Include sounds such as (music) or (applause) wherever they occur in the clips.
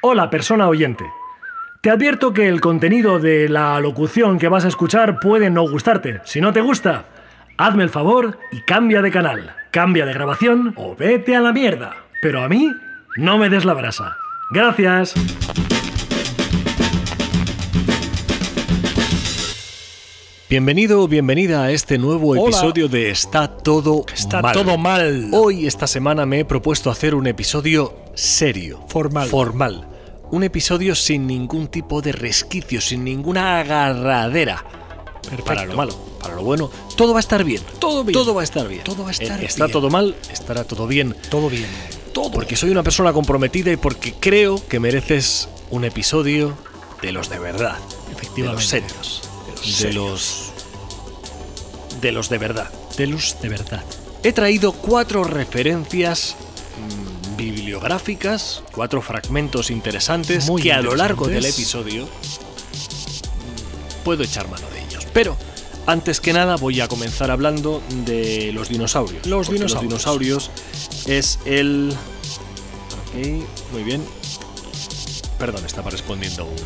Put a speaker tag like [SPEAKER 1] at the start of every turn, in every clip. [SPEAKER 1] Hola persona oyente. Te advierto que el contenido de la locución que vas a escuchar puede no gustarte. Si no te gusta, hazme el favor y cambia de canal, cambia de grabación o vete a la mierda. Pero a mí no me des la brasa. Gracias.
[SPEAKER 2] Bienvenido o bienvenida a este nuevo
[SPEAKER 1] Hola.
[SPEAKER 2] episodio de Está todo
[SPEAKER 1] Está
[SPEAKER 2] mal.
[SPEAKER 1] todo mal.
[SPEAKER 2] Hoy, esta semana, me he propuesto hacer un episodio serio.
[SPEAKER 1] Formal.
[SPEAKER 2] Formal. Un episodio sin ningún tipo de resquicio, sin ninguna agarradera. Para lo malo, para lo bueno. Todo va a estar bien.
[SPEAKER 1] Todo bien.
[SPEAKER 2] Todo va a estar bien.
[SPEAKER 1] Todo va a
[SPEAKER 2] Eh,
[SPEAKER 1] estar
[SPEAKER 2] Está
[SPEAKER 1] bien.
[SPEAKER 2] todo mal, estará todo bien.
[SPEAKER 1] Todo bien.
[SPEAKER 2] Porque soy una persona comprometida y porque creo que mereces un episodio de los de verdad. De los
[SPEAKER 1] Efectivamente.
[SPEAKER 2] serios. De
[SPEAKER 1] serios.
[SPEAKER 2] los. De los de verdad.
[SPEAKER 1] De luz de verdad.
[SPEAKER 2] He traído cuatro referencias mm, bibliográficas, cuatro fragmentos interesantes
[SPEAKER 1] Muy
[SPEAKER 2] que a lo largo del
[SPEAKER 1] interesantes.
[SPEAKER 2] episodio mm, puedo echar mano de ellos. Pero antes que nada voy a comenzar hablando de los dinosaurios.
[SPEAKER 1] Los
[SPEAKER 2] porque
[SPEAKER 1] dinosaurios.
[SPEAKER 2] Los dinosaurios es el... Ok, muy bien. Perdón, estaba respondiendo un,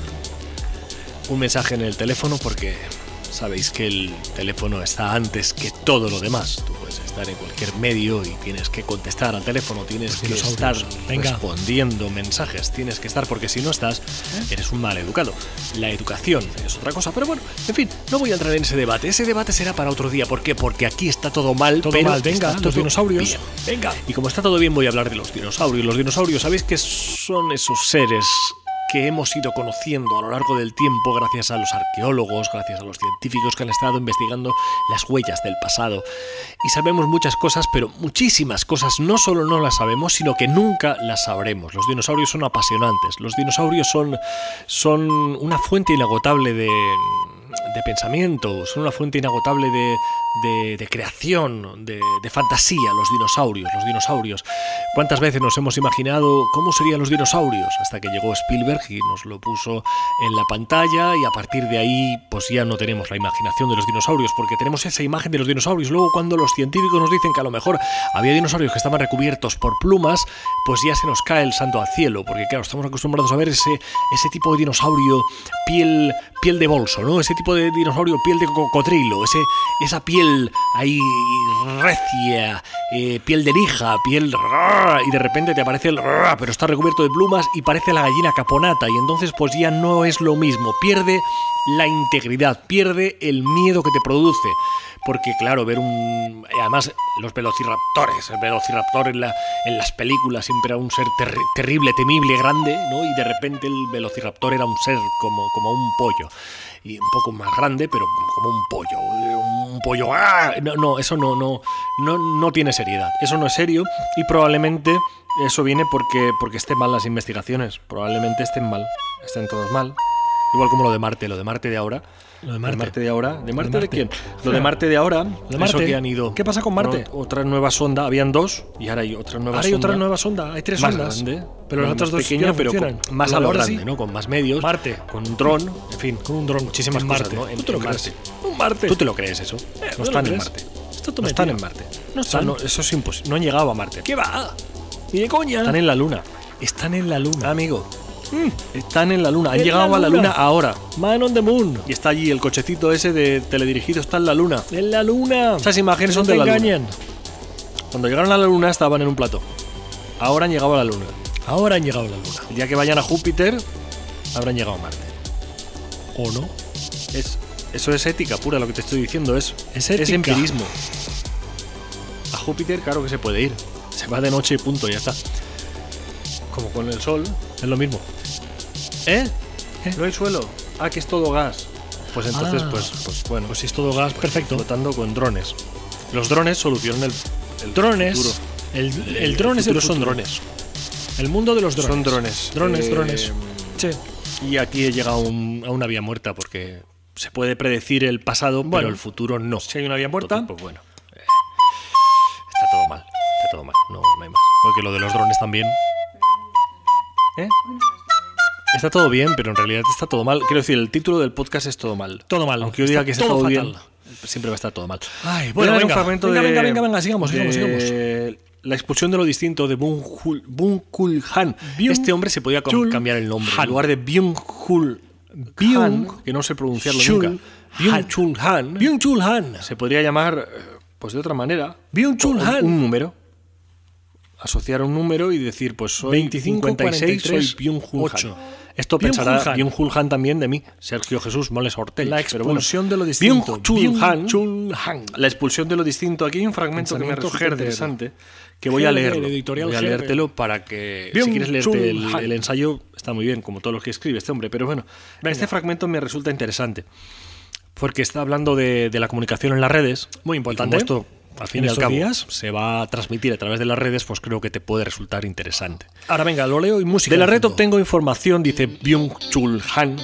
[SPEAKER 2] un mensaje en el teléfono porque sabéis que el teléfono está antes que todo lo demás. Tú puedes estar en cualquier medio y tienes que contestar al teléfono, tienes que estar
[SPEAKER 1] dinosaurios, venga.
[SPEAKER 2] respondiendo mensajes, tienes que estar porque si no estás eres un mal educado. La educación es otra cosa, pero bueno, en fin, no voy a entrar en ese debate. Ese debate será para otro día. ¿Por qué? Porque aquí está todo mal,
[SPEAKER 1] Todo
[SPEAKER 2] pero
[SPEAKER 1] mal, venga,
[SPEAKER 2] está
[SPEAKER 1] los
[SPEAKER 2] todo
[SPEAKER 1] dinosaurios.
[SPEAKER 2] bien.
[SPEAKER 1] Venga.
[SPEAKER 2] Y como está todo bien, voy a hablar de los dinosaurios. Los dinosaurios, ¿sabéis que son esos seres que hemos ido conociendo a lo largo del tiempo gracias a los arqueólogos, gracias a los científicos que han estado investigando las huellas del pasado? Y sabemos muchas cosas, pero muchísimas cosas no solo no las sabemos, sino que nunca las sabremos. Los dinosaurios son apasionantes. Los dinosaurios son, son una fuente inagotable de de pensamiento, son una fuente inagotable de, de- de creación, de, de fantasía, los dinosaurios, los dinosaurios. ¿Cuántas veces nos hemos imaginado cómo serían los dinosaurios? Hasta que llegó Spielberg y nos lo puso en la pantalla y a partir de ahí pues ya no tenemos la imaginación de los dinosaurios porque tenemos esa imagen de los dinosaurios. Luego cuando los científicos nos dicen que a lo mejor había dinosaurios que estaban recubiertos por plumas, pues ya se nos cae el santo al cielo, porque claro, estamos acostumbrados a ver ese, ese tipo de dinosaurio piel, piel de bolso, ¿no? Ese tipo de dinosaurio piel de cocodrilo, ese, esa piel ahí recia, eh, piel de lija, piel... Y de repente te aparece el... Pero está recubierto de plumas y parece la gallina caponata, y entonces pues ya no es lo mismo, pierde la integridad, pierde el miedo que te produce. Porque claro, ver un... Además, los velociraptores, el velociraptor en, la- en las películas siempre era un ser terri- terrible, temible, grande, ¿no? Y de repente el velociraptor era un ser como, como un pollo. Y un poco más grande, pero como un pollo. eh, Un pollo... ¡ah! No, no, eso no, no, no, no tiene seriedad. Eso no es serio y probablemente eso viene porque, porque estén mal las investigaciones. Probablemente estén mal. Estén todos mal. Igual como lo de Marte, lo de Marte de ahora.
[SPEAKER 1] Lo de
[SPEAKER 2] Lo
[SPEAKER 1] Marte.
[SPEAKER 2] de Marte de ahora. ¿De Marte de,
[SPEAKER 1] Marte.
[SPEAKER 2] quién? Lo de Marte de ahora.
[SPEAKER 1] de Marte.
[SPEAKER 2] Eso que han ido.
[SPEAKER 1] ¿Qué pasa con Marte?
[SPEAKER 2] Bueno, otra nueva sonda. Habían dos y ahora hay otra nueva
[SPEAKER 1] Ahora hay
[SPEAKER 2] sonda.
[SPEAKER 1] otra nueva sonda. Hay tres
[SPEAKER 2] más
[SPEAKER 1] ondas.
[SPEAKER 2] grande,
[SPEAKER 1] Pero las
[SPEAKER 2] más
[SPEAKER 1] otras dos
[SPEAKER 2] pequeña,
[SPEAKER 1] ya no
[SPEAKER 2] pero con-
[SPEAKER 1] funcionan.
[SPEAKER 2] más a
[SPEAKER 1] Pero
[SPEAKER 2] lo
[SPEAKER 1] ahora sí.
[SPEAKER 2] grande, ¿no? Con más medios.
[SPEAKER 1] Marte.
[SPEAKER 2] Con un dron, en fin,
[SPEAKER 1] Con un dron.
[SPEAKER 2] muchísimas
[SPEAKER 1] En
[SPEAKER 2] cosas,
[SPEAKER 1] Marte.
[SPEAKER 2] ¿no? En-
[SPEAKER 1] ¿Tú te lo
[SPEAKER 2] en
[SPEAKER 1] crees?
[SPEAKER 2] Marte.
[SPEAKER 1] Un Marte. Eh,
[SPEAKER 2] ¿Tú te lo crees eso? no
[SPEAKER 1] ¿tú
[SPEAKER 2] están
[SPEAKER 1] lo
[SPEAKER 2] en
[SPEAKER 1] crees?
[SPEAKER 2] Marte.
[SPEAKER 1] Esto es
[SPEAKER 2] No están
[SPEAKER 1] mentira.
[SPEAKER 2] en Marte.
[SPEAKER 1] No
[SPEAKER 2] O sea,
[SPEAKER 1] están.
[SPEAKER 2] no, eso es imposible. No han llegado a Marte.
[SPEAKER 1] ¿Qué va? Ni de coña.
[SPEAKER 2] Están en la Luna.
[SPEAKER 1] Están en la luna. Mm.
[SPEAKER 2] Amigo. Están en la Luna. Han
[SPEAKER 1] En
[SPEAKER 2] llegado
[SPEAKER 1] la
[SPEAKER 2] a la
[SPEAKER 1] Luna.
[SPEAKER 2] Luna ahora.
[SPEAKER 1] Man on the moon.
[SPEAKER 2] Y está allí el cochecito ese de teledirigido. Está en la Luna.
[SPEAKER 1] En la luna.
[SPEAKER 2] Esas imágenes son
[SPEAKER 1] No
[SPEAKER 2] de la
[SPEAKER 1] te
[SPEAKER 2] Luna.
[SPEAKER 1] engañan.
[SPEAKER 2] Cuando llegaron a la Luna estaban en un plato. Ahora han llegado a la Luna.
[SPEAKER 1] Ahora han llegado a la luna.
[SPEAKER 2] El día que vayan a Júpiter, habrán llegado a Marte.
[SPEAKER 1] ¿O no?
[SPEAKER 2] Es, eso es ética pura lo que te estoy diciendo. Es,
[SPEAKER 1] Es ética.
[SPEAKER 2] empirismo. A Júpiter, claro que se puede ir. Se va de noche y punto, ya está. Como con el Sol, es lo mismo. ¿Eh?
[SPEAKER 1] ¿Eh?
[SPEAKER 2] No hay suelo. Ah, que es todo gas. Pues entonces,
[SPEAKER 1] Ah.
[SPEAKER 2] pues, pues bueno.
[SPEAKER 1] Pues si es todo gas, perfecto.
[SPEAKER 2] Flotando con drones. Los drones solucionan el, el
[SPEAKER 1] Drones.
[SPEAKER 2] futuro.
[SPEAKER 1] El, el dron es el
[SPEAKER 2] futuro son
[SPEAKER 1] futuro.
[SPEAKER 2] drones.
[SPEAKER 1] El mundo de los drones.
[SPEAKER 2] Son drones.
[SPEAKER 1] Drones,
[SPEAKER 2] Eh,
[SPEAKER 1] drones. Sí.
[SPEAKER 2] Y aquí he llegado a, un- a una vía muerta porque se puede predecir el pasado,
[SPEAKER 1] Bueno,
[SPEAKER 2] pero el futuro no. Si
[SPEAKER 1] hay una vía muerta.
[SPEAKER 2] pues bueno. eh, Está todo mal. Está todo mal. No, no hay más. Porque lo de los drones también. ¿Eh? Está todo bien, pero en realidad está todo mal. Quiero decir, el título del podcast es todo mal.
[SPEAKER 1] Todo mal.
[SPEAKER 2] Aunque yo diga
[SPEAKER 1] Está
[SPEAKER 2] que está
[SPEAKER 1] todo
[SPEAKER 2] todo,
[SPEAKER 1] fatal.
[SPEAKER 2] bien, siempre va a estar todo mal.
[SPEAKER 1] Ay,
[SPEAKER 2] Voy a
[SPEAKER 1] bueno,
[SPEAKER 2] leer un
[SPEAKER 1] venga.
[SPEAKER 2] fragmento
[SPEAKER 1] Venga,
[SPEAKER 2] de-
[SPEAKER 1] venga, venga, venga, sigamos, sigamos,
[SPEAKER 2] de La expulsión de lo distinto de Byung-Hul Byung-Hul Han.
[SPEAKER 1] Byung-
[SPEAKER 2] este hombre se podía com-
[SPEAKER 1] Chul-
[SPEAKER 2] cambiar el nombre.
[SPEAKER 1] Han.
[SPEAKER 2] En lugar de Byung-Hul
[SPEAKER 1] Byung-
[SPEAKER 2] Han, que no sé pronunciarlo
[SPEAKER 1] Chul-
[SPEAKER 2] nunca. Byung-Chul Han.
[SPEAKER 1] Byung-Chul Han.
[SPEAKER 2] Se podría llamar, eh, pues de otra manera,
[SPEAKER 1] Byung-Chul
[SPEAKER 2] o-
[SPEAKER 1] Han.
[SPEAKER 2] un número. Asociar un número y decir, pues soy
[SPEAKER 1] 25,
[SPEAKER 2] 56, soy
[SPEAKER 1] 43,
[SPEAKER 2] Byung-Hul Han.
[SPEAKER 1] ocho.
[SPEAKER 2] Esto
[SPEAKER 1] Byung-Hul
[SPEAKER 2] pensará
[SPEAKER 1] Han.
[SPEAKER 2] Byung-Hul Han también de mí, Sergio Jesús Moles Ortega.
[SPEAKER 1] La expulsión de lo distinto.
[SPEAKER 2] Byung-Chul Han.
[SPEAKER 1] Byung-Chul Han.
[SPEAKER 2] La expulsión de lo distinto. Aquí hay un fragmento que me
[SPEAKER 1] Pensamiento
[SPEAKER 2] resulta
[SPEAKER 1] Herder.
[SPEAKER 2] interesante que voy a
[SPEAKER 1] Herder,
[SPEAKER 2] leerlo.
[SPEAKER 1] editorial
[SPEAKER 2] voy a
[SPEAKER 1] Herder.
[SPEAKER 2] leértelo para que.
[SPEAKER 1] Byung
[SPEAKER 2] si quieres leerte
[SPEAKER 1] Chul
[SPEAKER 2] el,
[SPEAKER 1] Han.
[SPEAKER 2] el ensayo, está muy bien, como todo lo que escribe este hombre. Pero bueno, este fragmento me resulta interesante porque está hablando de, de la comunicación en las redes.
[SPEAKER 1] Muy
[SPEAKER 2] Y
[SPEAKER 1] importante.
[SPEAKER 2] como esto, al fin
[SPEAKER 1] En
[SPEAKER 2] y al
[SPEAKER 1] estos
[SPEAKER 2] cabo,
[SPEAKER 1] días.
[SPEAKER 2] se va a transmitir a través de las redes, pues creo que te puede resultar interesante.
[SPEAKER 1] Ahora venga, lo leo y música.
[SPEAKER 2] De la red
[SPEAKER 1] fondo.
[SPEAKER 2] obtengo información, dice Byung-Chul Han.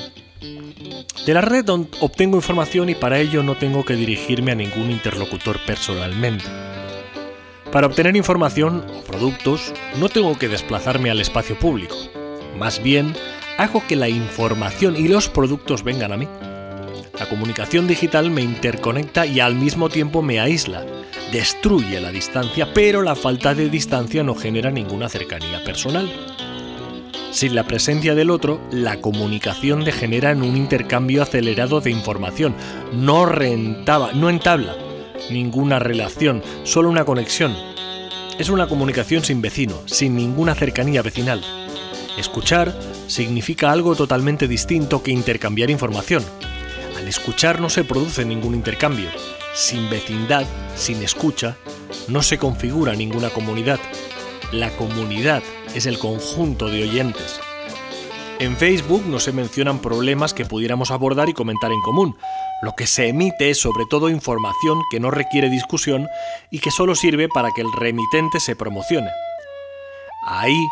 [SPEAKER 2] De la red on- obtengo información y para ello no tengo que dirigirme a ningún interlocutor personalmente. Para obtener información o productos no tengo que desplazarme al espacio público. Más bien, hago que la información y los productos vengan a mí. La comunicación digital me interconecta y al mismo tiempo me aísla. Destruye la distancia, pero la falta de distancia no genera ninguna cercanía personal. Sin la presencia del otro, la comunicación degenera en un intercambio acelerado de información. No rentaba, no entabla ninguna relación, solo una conexión. Es una comunicación sin vecino, sin ninguna cercanía vecinal. Escuchar significa algo totalmente distinto que intercambiar información. Al escuchar no se produce ningún intercambio. Sin vecindad, sin escucha, no se configura ninguna comunidad. La comunidad es el conjunto de oyentes. En Facebook no se mencionan problemas que pudiéramos abordar y comentar en común. Lo que se emite es sobre todo información que no requiere discusión y que solo sirve para que el remitente se promocione. Ahí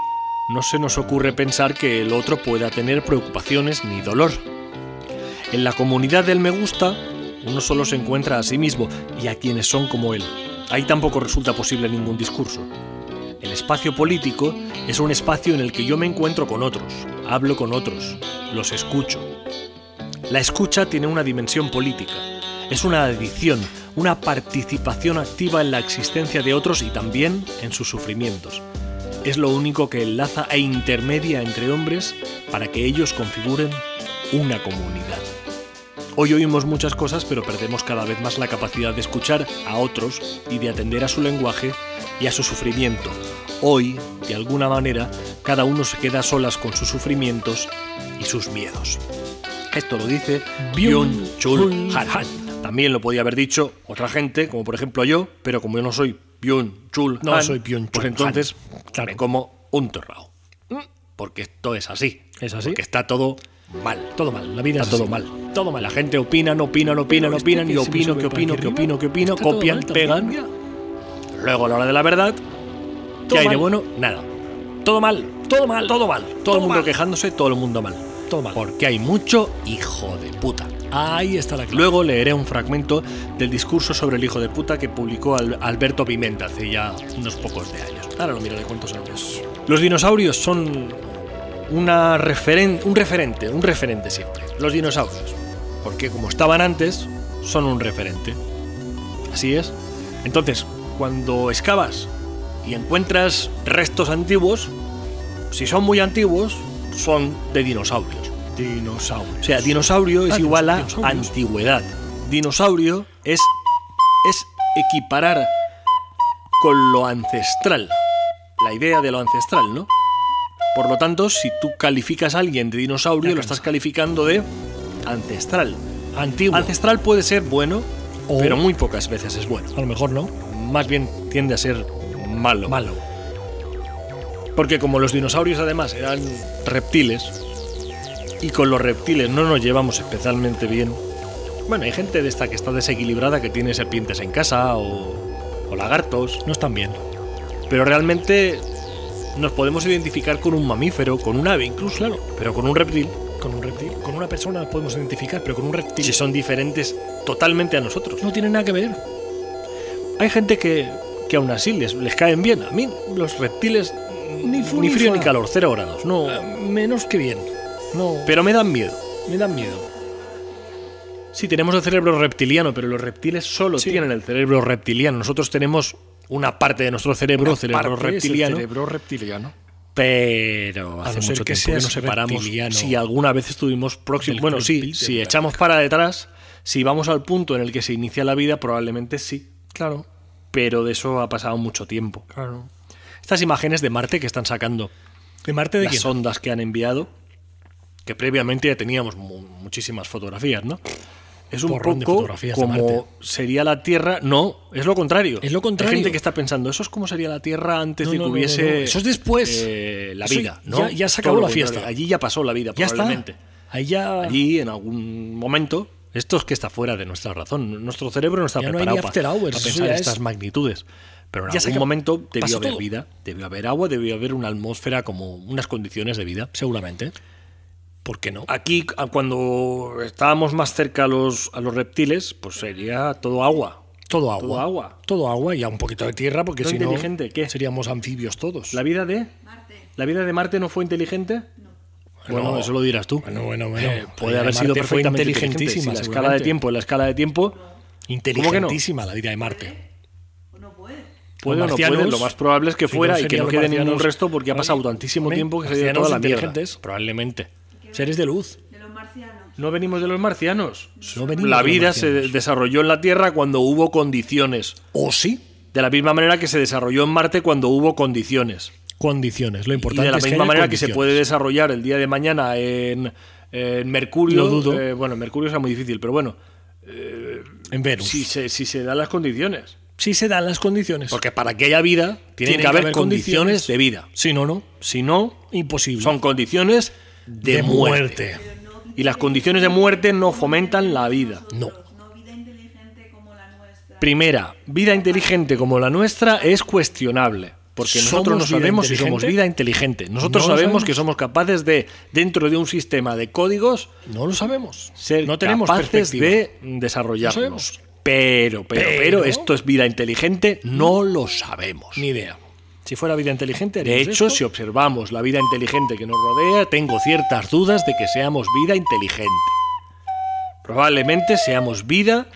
[SPEAKER 2] no se nos ocurre pensar que el otro pueda tener preocupaciones ni dolor. En la comunidad del me gusta, uno solo se encuentra a sí mismo y a quienes son como él. Ahí tampoco resulta posible ningún discurso. El espacio político es un espacio en el que yo me encuentro con otros, hablo con otros, los escucho. La escucha tiene una dimensión política, es una adición, una participación activa en la existencia de otros y también en sus sufrimientos. Es lo único que enlaza e intermedia entre hombres para que ellos configuren una comunidad. Hoy oímos muchas cosas, pero perdemos cada vez más la capacidad de escuchar a otros y de atender a su lenguaje y a su sufrimiento. Hoy, de alguna manera, cada uno se queda a solas con sus sufrimientos y sus miedos. Esto lo dice Byung Chul Han. Han. También lo podía haber dicho otra gente, como por ejemplo yo, pero como yo no soy Byung Chul
[SPEAKER 1] No
[SPEAKER 2] Han,
[SPEAKER 1] soy Byung-Chul
[SPEAKER 2] pues
[SPEAKER 1] Han.
[SPEAKER 2] entonces
[SPEAKER 1] Claro.
[SPEAKER 2] me como un torrao. Porque esto es así.
[SPEAKER 1] ¿Es así?
[SPEAKER 2] Porque está todo mal.
[SPEAKER 1] Todo mal, la vida
[SPEAKER 2] Está
[SPEAKER 1] es
[SPEAKER 2] todo
[SPEAKER 1] así.
[SPEAKER 2] mal. Todo mal. La gente opina, no opina, no opina, no opina, y
[SPEAKER 1] Pero esto que se
[SPEAKER 2] opino,
[SPEAKER 1] me
[SPEAKER 2] que
[SPEAKER 1] sube por
[SPEAKER 2] opino,
[SPEAKER 1] aquí
[SPEAKER 2] que
[SPEAKER 1] arriba,
[SPEAKER 2] opino, que opino,
[SPEAKER 1] está todo
[SPEAKER 2] copian,
[SPEAKER 1] mal también.
[SPEAKER 2] pegan. Luego a la hora de la verdad, ¿qué
[SPEAKER 1] Todo
[SPEAKER 2] hay de
[SPEAKER 1] mal.
[SPEAKER 2] bueno? Nada. Todo mal, todo mal, todo mal. Todo,
[SPEAKER 1] Todo
[SPEAKER 2] el mundo
[SPEAKER 1] mal.
[SPEAKER 2] quejándose, todo el mundo mal.
[SPEAKER 1] Todo mal.
[SPEAKER 2] Porque hay mucho hijo de puta.
[SPEAKER 1] Ahí está la clave.
[SPEAKER 2] Luego leeré un fragmento del discurso sobre el hijo de puta que publicó Al- Alberto Pimenta hace ya unos pocos de años.
[SPEAKER 1] Ahora lo miraré cuántos años.
[SPEAKER 2] Los dinosaurios son una referen- un referente, un referente siempre. Los dinosaurios. Porque como estaban antes, son un referente. Así es. Entonces, cuando excavas y encuentras restos antiguos, si son muy antiguos, son de dinosaurios.
[SPEAKER 1] Dinosaurios.
[SPEAKER 2] O sea, dinosaurio es
[SPEAKER 1] Ah,
[SPEAKER 2] igual a
[SPEAKER 1] dinosaurios.
[SPEAKER 2] antigüedad. Dinosaurio es, es equiparar con lo ancestral. La idea de lo ancestral, ¿no? Por lo tanto, si tú calificas a alguien de dinosaurio,
[SPEAKER 1] Ya
[SPEAKER 2] lo estás
[SPEAKER 1] cansa.
[SPEAKER 2] calificando de ancestral.
[SPEAKER 1] antiguo.
[SPEAKER 2] Ancestral puede ser bueno,
[SPEAKER 1] O-
[SPEAKER 2] pero muy pocas veces es bueno.
[SPEAKER 1] A lo mejor no.
[SPEAKER 2] Más bien tiende a ser malo.
[SPEAKER 1] Malo.
[SPEAKER 2] Porque como los dinosaurios además eran reptiles, y con los reptiles no nos llevamos especialmente bien, bueno, hay gente de esta que está desequilibrada que tiene serpientes en casa o, o lagartos,
[SPEAKER 1] No están bien.
[SPEAKER 2] pero realmente nos podemos identificar con un mamífero, con un ave incluso, claro, pero con un reptil,
[SPEAKER 1] Con un reptil. Con una persona nos podemos identificar, pero con un reptil.
[SPEAKER 2] si son diferentes totalmente a nosotros.
[SPEAKER 1] No tiene nada que ver.
[SPEAKER 2] Hay gente que, que aún así les, les caen bien. A mí los reptiles
[SPEAKER 1] Ni fu
[SPEAKER 2] ni
[SPEAKER 1] ni
[SPEAKER 2] frío
[SPEAKER 1] fa.
[SPEAKER 2] ni calor, cero grados, no,
[SPEAKER 1] Menos que bien. No.
[SPEAKER 2] pero me dan miedo.
[SPEAKER 1] me dan miedo.
[SPEAKER 2] Sí, tenemos el cerebro reptiliano, pero los reptiles solo
[SPEAKER 1] Sí.
[SPEAKER 2] tienen el cerebro reptiliano. Nosotros tenemos una parte de nuestro cerebro,
[SPEAKER 3] Una
[SPEAKER 2] cerebro
[SPEAKER 3] parte es el
[SPEAKER 2] reptiliano,
[SPEAKER 3] cerebro reptiliano.
[SPEAKER 2] pero hace
[SPEAKER 3] no ser
[SPEAKER 2] mucho tiempo
[SPEAKER 3] que
[SPEAKER 2] que
[SPEAKER 3] seas
[SPEAKER 2] nos separamos.
[SPEAKER 3] reptiliano
[SPEAKER 2] Si alguna vez estuvimos próximos,
[SPEAKER 3] del
[SPEAKER 2] bueno, sí,
[SPEAKER 3] Creepy,
[SPEAKER 2] si
[SPEAKER 3] del-
[SPEAKER 2] echamos para detrás, si vamos al punto en el que se inicia la vida, probablemente sí,
[SPEAKER 3] Claro,
[SPEAKER 2] pero de eso ha pasado mucho tiempo.
[SPEAKER 3] claro.
[SPEAKER 2] Estas imágenes de Marte que están sacando
[SPEAKER 3] ¿De Marte de
[SPEAKER 2] las
[SPEAKER 3] quién?
[SPEAKER 2] ondas que han enviado, que previamente ya teníamos mu- muchísimas fotografías, ¿no? Es un
[SPEAKER 3] Porrón de
[SPEAKER 2] poco
[SPEAKER 3] fotografías de Marte.
[SPEAKER 2] como sería la Tierra. No, es lo contrario.
[SPEAKER 3] Es lo contrario.
[SPEAKER 2] Hay gente que está pensando, eso es como sería la Tierra antes
[SPEAKER 3] No,
[SPEAKER 2] de
[SPEAKER 3] no,
[SPEAKER 2] que
[SPEAKER 3] no, no,
[SPEAKER 2] hubiese.
[SPEAKER 3] no. Eso es después.
[SPEAKER 2] eh, la
[SPEAKER 3] Eso
[SPEAKER 2] vida,
[SPEAKER 3] ya-
[SPEAKER 2] ¿no?
[SPEAKER 3] ya se
[SPEAKER 2] Todo
[SPEAKER 3] acabó
[SPEAKER 2] lo
[SPEAKER 3] la fiesta.
[SPEAKER 2] contrario. Allí ya pasó la vida,
[SPEAKER 3] Ya está.
[SPEAKER 2] probablemente.
[SPEAKER 3] Ahí ya,
[SPEAKER 2] Allí, en algún momento. Esto es que está fuera de nuestra razón. Nuestro cerebro no está
[SPEAKER 3] Ya no hay
[SPEAKER 2] preparado
[SPEAKER 3] ni
[SPEAKER 2] para-
[SPEAKER 3] after hours,
[SPEAKER 2] para
[SPEAKER 3] eso
[SPEAKER 2] pensar
[SPEAKER 3] ya
[SPEAKER 2] estas
[SPEAKER 3] es-
[SPEAKER 2] magnitudes. Pero en
[SPEAKER 3] Ya se
[SPEAKER 2] algún
[SPEAKER 3] acabó.
[SPEAKER 2] momento debió
[SPEAKER 3] Pasó
[SPEAKER 2] haber
[SPEAKER 3] todo.
[SPEAKER 2] vida, debió haber agua, debió haber una atmósfera como unas condiciones de vida.
[SPEAKER 3] seguramente. ¿Por qué no?
[SPEAKER 2] Aquí, a- cuando estábamos más cerca a los, a los reptiles, pues sería todo agua.
[SPEAKER 3] Todo agua.
[SPEAKER 2] Todo agua.
[SPEAKER 3] Todo agua y a un poquito de tierra, porque
[SPEAKER 2] No
[SPEAKER 3] si no
[SPEAKER 2] inteligente, ¿qué?
[SPEAKER 3] seríamos anfibios todos.
[SPEAKER 2] ¿La vida de? ¿La vida de Marte no fue inteligente? Bueno,
[SPEAKER 3] No.
[SPEAKER 2] eso lo dirás tú.
[SPEAKER 3] Bueno, bueno, bueno.
[SPEAKER 2] Eh, puede
[SPEAKER 3] La
[SPEAKER 2] haber
[SPEAKER 3] de
[SPEAKER 2] sido
[SPEAKER 3] Marte fue
[SPEAKER 2] perfectamente
[SPEAKER 3] inteligentísima,
[SPEAKER 2] inteligentísima. La escala de
[SPEAKER 3] seguramente.
[SPEAKER 2] tiempo, la escala de tiempo.
[SPEAKER 3] Inteligentísima la vida de Marte.
[SPEAKER 2] Puede
[SPEAKER 3] Los
[SPEAKER 2] o no puede,
[SPEAKER 3] marcianos,
[SPEAKER 2] lo más probable es que
[SPEAKER 3] si no
[SPEAKER 2] fuera y que
[SPEAKER 3] serían
[SPEAKER 2] no
[SPEAKER 3] los
[SPEAKER 2] quede ningún
[SPEAKER 3] marcianos-
[SPEAKER 2] resto porque ha pasado tantísimo
[SPEAKER 3] Hombre,
[SPEAKER 2] tiempo que se dio
[SPEAKER 3] marcianos
[SPEAKER 2] toda la mierda.
[SPEAKER 3] inteligentes.
[SPEAKER 2] Probablemente.
[SPEAKER 3] Seres de luz.
[SPEAKER 4] De los marcianos.
[SPEAKER 2] No venimos de los marcianos.
[SPEAKER 3] No venimos
[SPEAKER 2] la
[SPEAKER 3] de los
[SPEAKER 2] vida se
[SPEAKER 3] marcianos.
[SPEAKER 2] desarrolló en la Tierra cuando hubo condiciones.
[SPEAKER 3] O sí.
[SPEAKER 2] De la misma manera que se desarrolló en Marte cuando hubo condiciones.
[SPEAKER 3] Condiciones. Lo
[SPEAKER 2] Y
[SPEAKER 3] importante
[SPEAKER 2] de la
[SPEAKER 3] es que
[SPEAKER 2] misma
[SPEAKER 3] haya
[SPEAKER 2] manera que se
[SPEAKER 3] condiciones.
[SPEAKER 2] puede desarrollar el día de mañana en, en Mercurio.
[SPEAKER 3] Lo dudo.
[SPEAKER 2] eh, bueno, Mercurio es muy difícil, pero bueno,
[SPEAKER 3] En Venus.
[SPEAKER 2] si se, si se dan las condiciones.
[SPEAKER 3] Sí se dan las condiciones.
[SPEAKER 2] Porque para que haya vida, tienen, que, haber, condiciones, de vida.
[SPEAKER 3] Si no, no.
[SPEAKER 2] Si no,
[SPEAKER 3] Imposible.
[SPEAKER 2] son condiciones de,
[SPEAKER 3] de
[SPEAKER 2] muerte.
[SPEAKER 3] muerte.
[SPEAKER 2] Y las condiciones de muerte no fomentan la vida.
[SPEAKER 3] No.
[SPEAKER 4] No vida inteligente como la nuestra.
[SPEAKER 2] Primera, vida inteligente como la nuestra es cuestionable. Porque nosotros
[SPEAKER 3] ¿Somos
[SPEAKER 2] no
[SPEAKER 3] vida
[SPEAKER 2] sabemos si somos
[SPEAKER 3] inteligente?
[SPEAKER 2] vida inteligente. Nosotros
[SPEAKER 3] No lo
[SPEAKER 2] sabemos
[SPEAKER 3] sabemos.
[SPEAKER 2] que somos capaces de, dentro de un sistema de códigos,
[SPEAKER 3] No lo sabemos.
[SPEAKER 2] ser
[SPEAKER 3] no tenemos
[SPEAKER 2] capaces
[SPEAKER 3] perspectiva.
[SPEAKER 2] de desarrollarnos.
[SPEAKER 3] sabemos.
[SPEAKER 2] pero, pero, pero,
[SPEAKER 3] Pero-
[SPEAKER 2] esto es vida inteligente, no lo sabemos.
[SPEAKER 3] Ni idea. Si fuera vida inteligente,
[SPEAKER 2] de
[SPEAKER 3] haríamos
[SPEAKER 2] hecho,
[SPEAKER 3] esto.
[SPEAKER 2] si observamos la vida inteligente que nos rodea, tengo ciertas dudas de que seamos vida inteligente. Probablemente seamos vida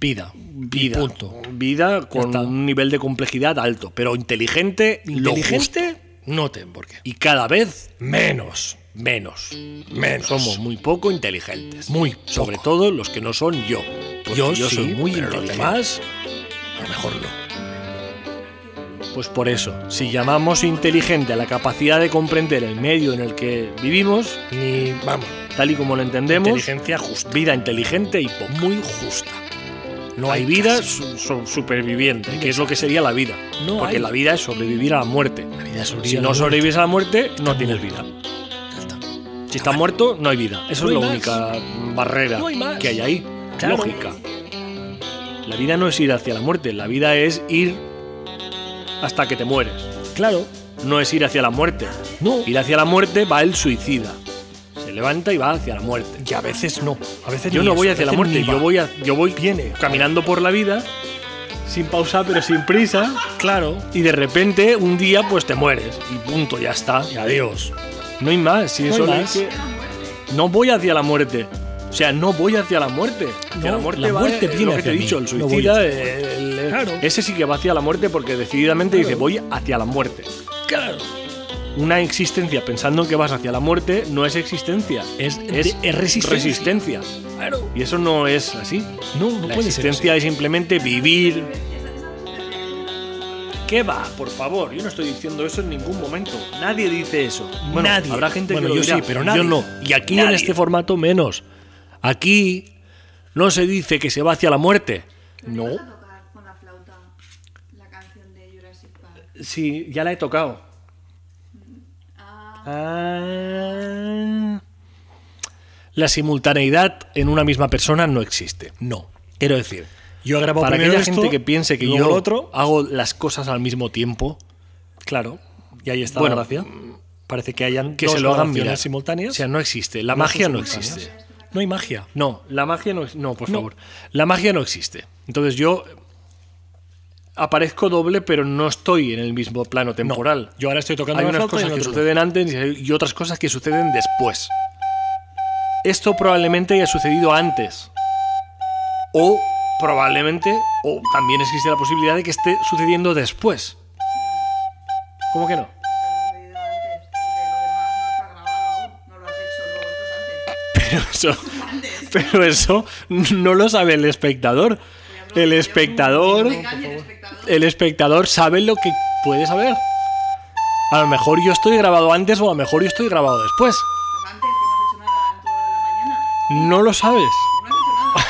[SPEAKER 3] vida.
[SPEAKER 2] vida.
[SPEAKER 3] Y punto.
[SPEAKER 2] Vida con
[SPEAKER 3] está.
[SPEAKER 2] un nivel de complejidad alto, pero inteligente, lo justo.
[SPEAKER 3] Inteligente, no te porque
[SPEAKER 2] y cada vez
[SPEAKER 3] Menos.
[SPEAKER 2] menos.
[SPEAKER 3] Menos.
[SPEAKER 2] Somos muy poco inteligentes.
[SPEAKER 3] Muy
[SPEAKER 2] Sobre
[SPEAKER 3] poco.
[SPEAKER 2] todo los que no son yo. porque
[SPEAKER 3] Yo, sí,
[SPEAKER 2] soy muy
[SPEAKER 3] pero los
[SPEAKER 2] inteligente.
[SPEAKER 3] demás, a lo mejor no.
[SPEAKER 2] Pues por eso, si llamamos inteligente a la capacidad de comprender el medio en el que vivimos,
[SPEAKER 3] Ni, vamos,
[SPEAKER 2] tal y como lo entendemos,
[SPEAKER 3] inteligencia justa.
[SPEAKER 2] vida inteligente y poco.
[SPEAKER 3] Muy justa.
[SPEAKER 2] No hay
[SPEAKER 3] hay
[SPEAKER 2] vida
[SPEAKER 3] casi.
[SPEAKER 2] su- su- superviviente, que es lo que sería la vida.
[SPEAKER 3] No
[SPEAKER 2] porque
[SPEAKER 3] hay.
[SPEAKER 2] la vida es sobrevivir a la muerte.
[SPEAKER 3] La vida
[SPEAKER 2] Si no sobrevives a la muerte, no tienes vida. Si estás muerto, no hay vida. Eso
[SPEAKER 3] No
[SPEAKER 2] es la
[SPEAKER 3] hay
[SPEAKER 2] única barrera
[SPEAKER 3] No hay más.
[SPEAKER 2] que hay ahí.
[SPEAKER 3] Claro.
[SPEAKER 2] Lógica. La vida no es ir hacia la muerte, la vida es ir hasta que te mueres.
[SPEAKER 3] Claro.
[SPEAKER 2] No es ir hacia la muerte.
[SPEAKER 3] No.
[SPEAKER 2] Ir hacia la muerte va el suicida. Se levanta y va hacia la muerte.
[SPEAKER 3] Y a veces no. A veces
[SPEAKER 2] Yo
[SPEAKER 3] ni
[SPEAKER 2] no
[SPEAKER 3] eso,
[SPEAKER 2] voy
[SPEAKER 3] a
[SPEAKER 2] hacia la
[SPEAKER 3] veces
[SPEAKER 2] muerte,
[SPEAKER 3] ni
[SPEAKER 2] yo
[SPEAKER 3] va.
[SPEAKER 2] voy, a- yo voy caminando por la vida, sin pausa pero sin prisa,
[SPEAKER 3] Claro.
[SPEAKER 2] y de repente un día pues te mueres. Y punto, ya está.
[SPEAKER 3] Y adiós.
[SPEAKER 2] No hay más, si
[SPEAKER 3] No
[SPEAKER 2] eso
[SPEAKER 3] hay
[SPEAKER 2] no
[SPEAKER 3] más.
[SPEAKER 2] es que- No voy hacia la muerte. O sea, no voy hacia la muerte. Hacia
[SPEAKER 3] No,
[SPEAKER 2] la muerte,
[SPEAKER 3] la
[SPEAKER 2] va-
[SPEAKER 3] muerte
[SPEAKER 2] es
[SPEAKER 3] viene
[SPEAKER 2] lo que te he
[SPEAKER 3] hacia mí,
[SPEAKER 2] dicho, el
[SPEAKER 3] no voy
[SPEAKER 2] suicida,
[SPEAKER 3] hacia
[SPEAKER 2] el- el-
[SPEAKER 3] Claro.
[SPEAKER 2] ese sí que va hacia la muerte porque decididamente
[SPEAKER 3] Claro.
[SPEAKER 2] dice voy hacia la muerte.
[SPEAKER 3] Claro.
[SPEAKER 2] Una existencia pensando que vas hacia la muerte no es existencia,
[SPEAKER 3] Es-
[SPEAKER 2] es,
[SPEAKER 3] de- es resistencia.
[SPEAKER 2] resistencia.
[SPEAKER 3] Claro.
[SPEAKER 2] Y eso no es así.
[SPEAKER 3] No, no
[SPEAKER 2] la
[SPEAKER 3] puede ser. así.
[SPEAKER 2] existencia es simplemente vivir. ¿Qué va? Por favor, yo no estoy diciendo eso en ningún momento. Nadie dice eso. Bueno,
[SPEAKER 3] Nadie.
[SPEAKER 2] habrá gente
[SPEAKER 3] Bueno,
[SPEAKER 2] que lo
[SPEAKER 3] yo
[SPEAKER 2] dirá,
[SPEAKER 3] sí, pero nadie.
[SPEAKER 2] Yo no. Y aquí en
[SPEAKER 3] Nadie.
[SPEAKER 2] este formato menos. Aquí no se dice que se va hacia la muerte.
[SPEAKER 4] No. vas a tocar con la flauta la canción de Jurassic Park?
[SPEAKER 2] Sí, ya la he tocado.
[SPEAKER 4] Ah,
[SPEAKER 2] Ah. La simultaneidad en una misma persona no existe.
[SPEAKER 3] No.
[SPEAKER 2] Quiero decir,
[SPEAKER 3] Yo he grabado
[SPEAKER 2] para
[SPEAKER 3] primero
[SPEAKER 2] aquella
[SPEAKER 3] esto,
[SPEAKER 2] gente que piense que
[SPEAKER 3] luego
[SPEAKER 2] yo
[SPEAKER 3] el otro.
[SPEAKER 2] hago las cosas al mismo tiempo,
[SPEAKER 3] Claro. Y ahí está
[SPEAKER 2] Bueno,
[SPEAKER 3] la gracia. Parece que hayan
[SPEAKER 2] que
[SPEAKER 3] dos
[SPEAKER 2] se lo hagan
[SPEAKER 3] grabaciones
[SPEAKER 2] mirar.
[SPEAKER 3] simultáneas.
[SPEAKER 2] O sea, no existe. La
[SPEAKER 3] No
[SPEAKER 2] magia
[SPEAKER 3] son
[SPEAKER 2] no
[SPEAKER 3] simultáneas.
[SPEAKER 2] existe.
[SPEAKER 3] No hay magia.
[SPEAKER 2] No, la magia no es. No, por
[SPEAKER 3] No.
[SPEAKER 2] favor. La magia no existe. Entonces yo aparezco doble, pero no estoy en el mismo plano
[SPEAKER 3] No.
[SPEAKER 2] temporal.
[SPEAKER 3] Yo ahora estoy tocando
[SPEAKER 2] Hay
[SPEAKER 3] la
[SPEAKER 2] unas
[SPEAKER 3] flauta y
[SPEAKER 2] cosas que
[SPEAKER 3] el otro no.
[SPEAKER 2] suceden antes y y otras cosas que suceden después. Esto probablemente haya sucedido antes. O probablemente, o también existe la posibilidad de que esté sucediendo después. ¿Cómo que no?
[SPEAKER 4] Lo que has pedido antes, porque lo demás no está grabado aún. No lo has hecho, luego esto es antes.
[SPEAKER 2] Pero eso,
[SPEAKER 4] Antes.
[SPEAKER 2] pero eso no lo sabe el espectador. El espectador,
[SPEAKER 4] Venga, y el espectador.
[SPEAKER 2] el espectador sabe lo que puede saber. A lo mejor yo estoy grabado antes o a lo mejor yo estoy grabado después.
[SPEAKER 4] Pues antes, que no has hecho nada en toda la mañana.
[SPEAKER 2] No lo sabes.
[SPEAKER 4] No has hecho nada.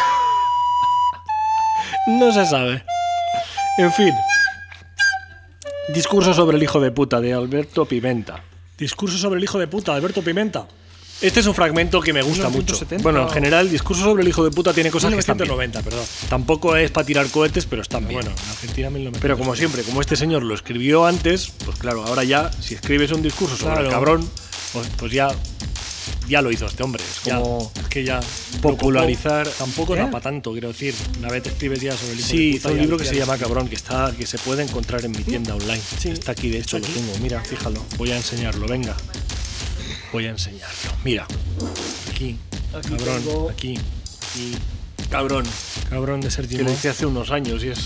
[SPEAKER 2] No se sabe. En fin. Discurso sobre el hijo de puta de Alberto Pimenta.
[SPEAKER 3] Discurso sobre el hijo de puta, Alberto Pimenta.
[SPEAKER 2] Este es un fragmento que me gusta mucho.
[SPEAKER 3] 1970
[SPEAKER 2] Bueno, en
[SPEAKER 3] o-
[SPEAKER 2] general, el discurso sobre el hijo de puta tiene cosas que están bien.
[SPEAKER 3] 1990, perdón.
[SPEAKER 2] Tampoco es para tirar cohetes, pero están bien.
[SPEAKER 3] Bueno, en Argentina 1990.
[SPEAKER 2] Pero como siempre, como este señor lo escribió antes, pues claro, ahora ya, si escribes un discurso sobre el
[SPEAKER 3] Claro.
[SPEAKER 2] cabrón, pues, pues ya, ya lo hizo este hombre. Es
[SPEAKER 3] Ya,
[SPEAKER 2] como
[SPEAKER 3] es que ya
[SPEAKER 2] popularizar-
[SPEAKER 3] tampoco
[SPEAKER 2] ¿Eh?
[SPEAKER 3] da para tanto quiero decir una vez te escribes ya sobre el hijo
[SPEAKER 2] Sí,
[SPEAKER 3] de puta,
[SPEAKER 2] hizo un
[SPEAKER 3] ya
[SPEAKER 2] libro que se
[SPEAKER 3] tienes.
[SPEAKER 2] llama Cabrón, que está, que se puede encontrar en mi tienda online. Está aquí, de hecho, lo
[SPEAKER 3] Está aquí.
[SPEAKER 2] tengo. Mira, fíjalo. Voy a enseñarlo, venga. Voy a enseñarlo. Mira. Aquí. cabrón,
[SPEAKER 3] tengo-
[SPEAKER 2] aquí. aquí. Cabrón.
[SPEAKER 3] cabrón de Sergio
[SPEAKER 2] Que lo hice hace unos años y es.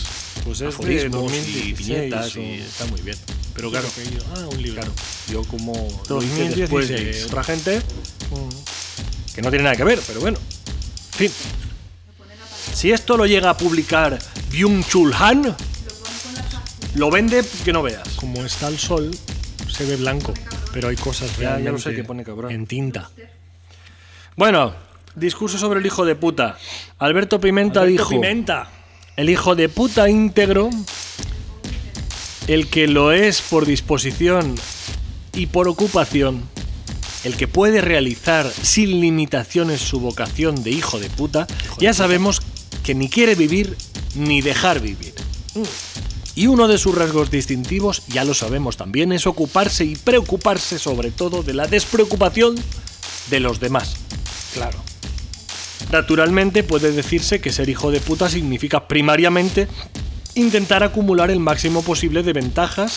[SPEAKER 2] Pues
[SPEAKER 3] es de
[SPEAKER 2] aforismos y
[SPEAKER 3] 2016
[SPEAKER 2] viñetas y
[SPEAKER 3] o-
[SPEAKER 2] está muy bien. Pero claro,
[SPEAKER 3] ah un libro
[SPEAKER 2] claro, yo como lo hice después de
[SPEAKER 3] 2016.
[SPEAKER 2] otra gente, que no tiene nada que ver, pero bueno. En fin. Si esto lo llega a publicar Byung-Chul Han, lo vende que no veas.
[SPEAKER 3] como está el sol se ve blanco pero hay cosas
[SPEAKER 2] Ya-
[SPEAKER 3] realmente
[SPEAKER 2] ya lo sé que pone cabrón.
[SPEAKER 3] en tinta
[SPEAKER 2] Bueno, discurso sobre el hijo de puta. Alberto Pimenta
[SPEAKER 3] Alberto
[SPEAKER 2] dijo,
[SPEAKER 3] Pimenta
[SPEAKER 2] el hijo de puta íntegro, el que lo es por disposición y por ocupación, el que puede realizar sin limitaciones su vocación de hijo de puta, ya sabemos que ni quiere vivir ni dejar vivir. Y uno de sus rasgos distintivos, ya lo sabemos también, es ocuparse y preocuparse sobre todo de la despreocupación de los demás.
[SPEAKER 3] claro
[SPEAKER 2] Naturalmente puede decirse que ser hijo de puta significa primariamente intentar acumular el máximo posible de ventajas,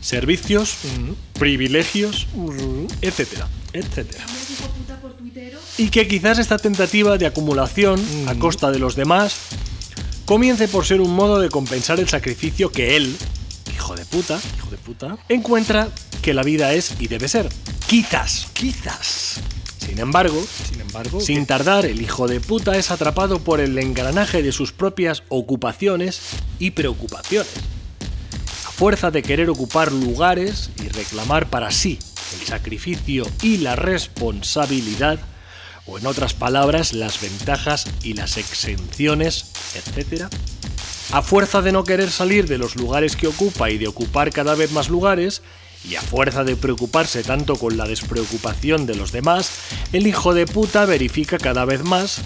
[SPEAKER 2] servicios, privilegios, etc.
[SPEAKER 3] etcétera
[SPEAKER 4] Hombre, hijo puta por tuitero.
[SPEAKER 2] Y que quizás esta tentativa de acumulación
[SPEAKER 3] Mm.
[SPEAKER 2] a costa de los demás comience por ser un modo de compensar el sacrificio que él, hijo de puta,
[SPEAKER 3] hijo de puta
[SPEAKER 2] encuentra que la vida es y debe ser. Quizás, quizás. Sin embargo,
[SPEAKER 3] sin embargo
[SPEAKER 2] sin tardar, el hijo de puta es atrapado por el engranaje de sus propias ocupaciones y preocupaciones. A fuerza de querer ocupar lugares y reclamar para sí el sacrificio y la responsabilidad, o en otras palabras, las ventajas y las exenciones, etc. A fuerza de no querer salir de los lugares que ocupa y de ocupar cada vez más lugares, y a fuerza de preocuparse tanto con la despreocupación de los demás, el hijo de puta verifica cada vez más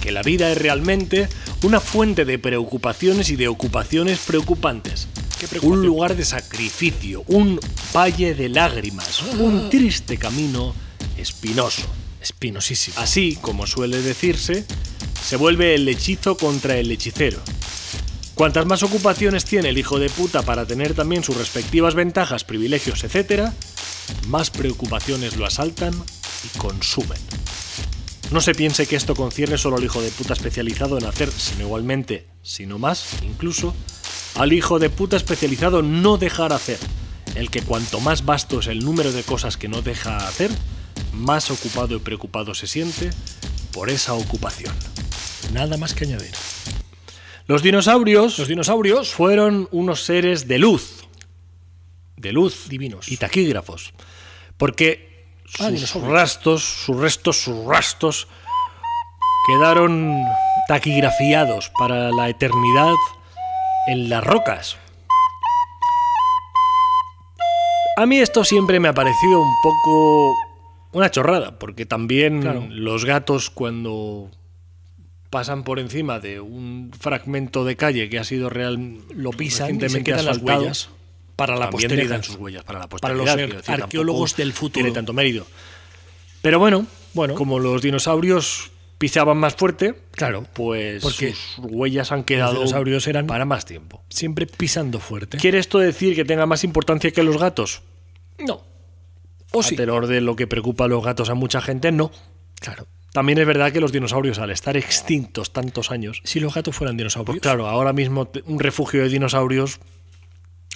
[SPEAKER 2] que la vida es realmente una fuente de preocupaciones y de ocupaciones preocupantes.
[SPEAKER 3] ¿Qué
[SPEAKER 2] Un
[SPEAKER 3] preocupación?
[SPEAKER 2] lugar de sacrificio, un valle de lágrimas,
[SPEAKER 3] Ah.
[SPEAKER 2] un triste camino espinoso.
[SPEAKER 3] espinosísimo
[SPEAKER 2] Así, como suele decirse, se vuelve el hechizo contra el hechicero. Cuantas más ocupaciones tiene el hijo de puta para tener también sus respectivas ventajas, privilegios, etc., más preocupaciones lo asaltan y consumen. No se piense que esto concierne solo al hijo de puta especializado en hacer, sino igualmente, sino más, incluso, al hijo de puta especializado en no dejar hacer, el que cuanto más vasto es el número de cosas que no deja hacer, más ocupado y preocupado se siente por esa ocupación.
[SPEAKER 3] nada más que añadir
[SPEAKER 2] Los dinosaurios
[SPEAKER 3] los dinosaurios
[SPEAKER 2] fueron unos seres de luz, de luz
[SPEAKER 3] Divinos.
[SPEAKER 2] y taquígrafos, porque
[SPEAKER 3] Ah,
[SPEAKER 2] sus
[SPEAKER 3] dinosaurios.
[SPEAKER 2] rastos, sus restos, sus rastos quedaron taquigrafiados para la eternidad en las rocas. A mí esto siempre me ha parecido un poco una chorrada, porque también
[SPEAKER 3] Claro.
[SPEAKER 2] los gatos cuando pasan por encima de un fragmento de calle que ha sido real, lo
[SPEAKER 3] pisan y se
[SPEAKER 2] recientemente
[SPEAKER 3] quedan las
[SPEAKER 2] asfaltado,
[SPEAKER 3] huellas para la
[SPEAKER 2] también
[SPEAKER 3] posteridad.
[SPEAKER 2] dejan sus huellas para la
[SPEAKER 3] Para
[SPEAKER 2] posteridad.
[SPEAKER 3] los
[SPEAKER 2] quiero tampoco
[SPEAKER 3] arqueólogos del futuro.
[SPEAKER 2] Tiene tanto mérito. Pero bueno,
[SPEAKER 3] Bueno.
[SPEAKER 2] como los dinosaurios pisaban más fuerte,
[SPEAKER 3] claro
[SPEAKER 2] pues
[SPEAKER 3] Porque
[SPEAKER 2] sus huellas han quedado
[SPEAKER 3] dinosaurios eran-
[SPEAKER 2] para más tiempo.
[SPEAKER 3] siempre pisando fuerte
[SPEAKER 2] ¿Quiere esto decir que tenga más importancia que los gatos?
[SPEAKER 3] no o
[SPEAKER 2] a tenor de lo que preocupa a los gatos a mucha gente, no.
[SPEAKER 3] claro
[SPEAKER 2] También es verdad que los dinosaurios, al estar extintos tantos años,
[SPEAKER 3] Si los gatos fueran
[SPEAKER 2] pues
[SPEAKER 3] dinosaurios,
[SPEAKER 2] claro, ahora mismo te- un refugio de dinosaurios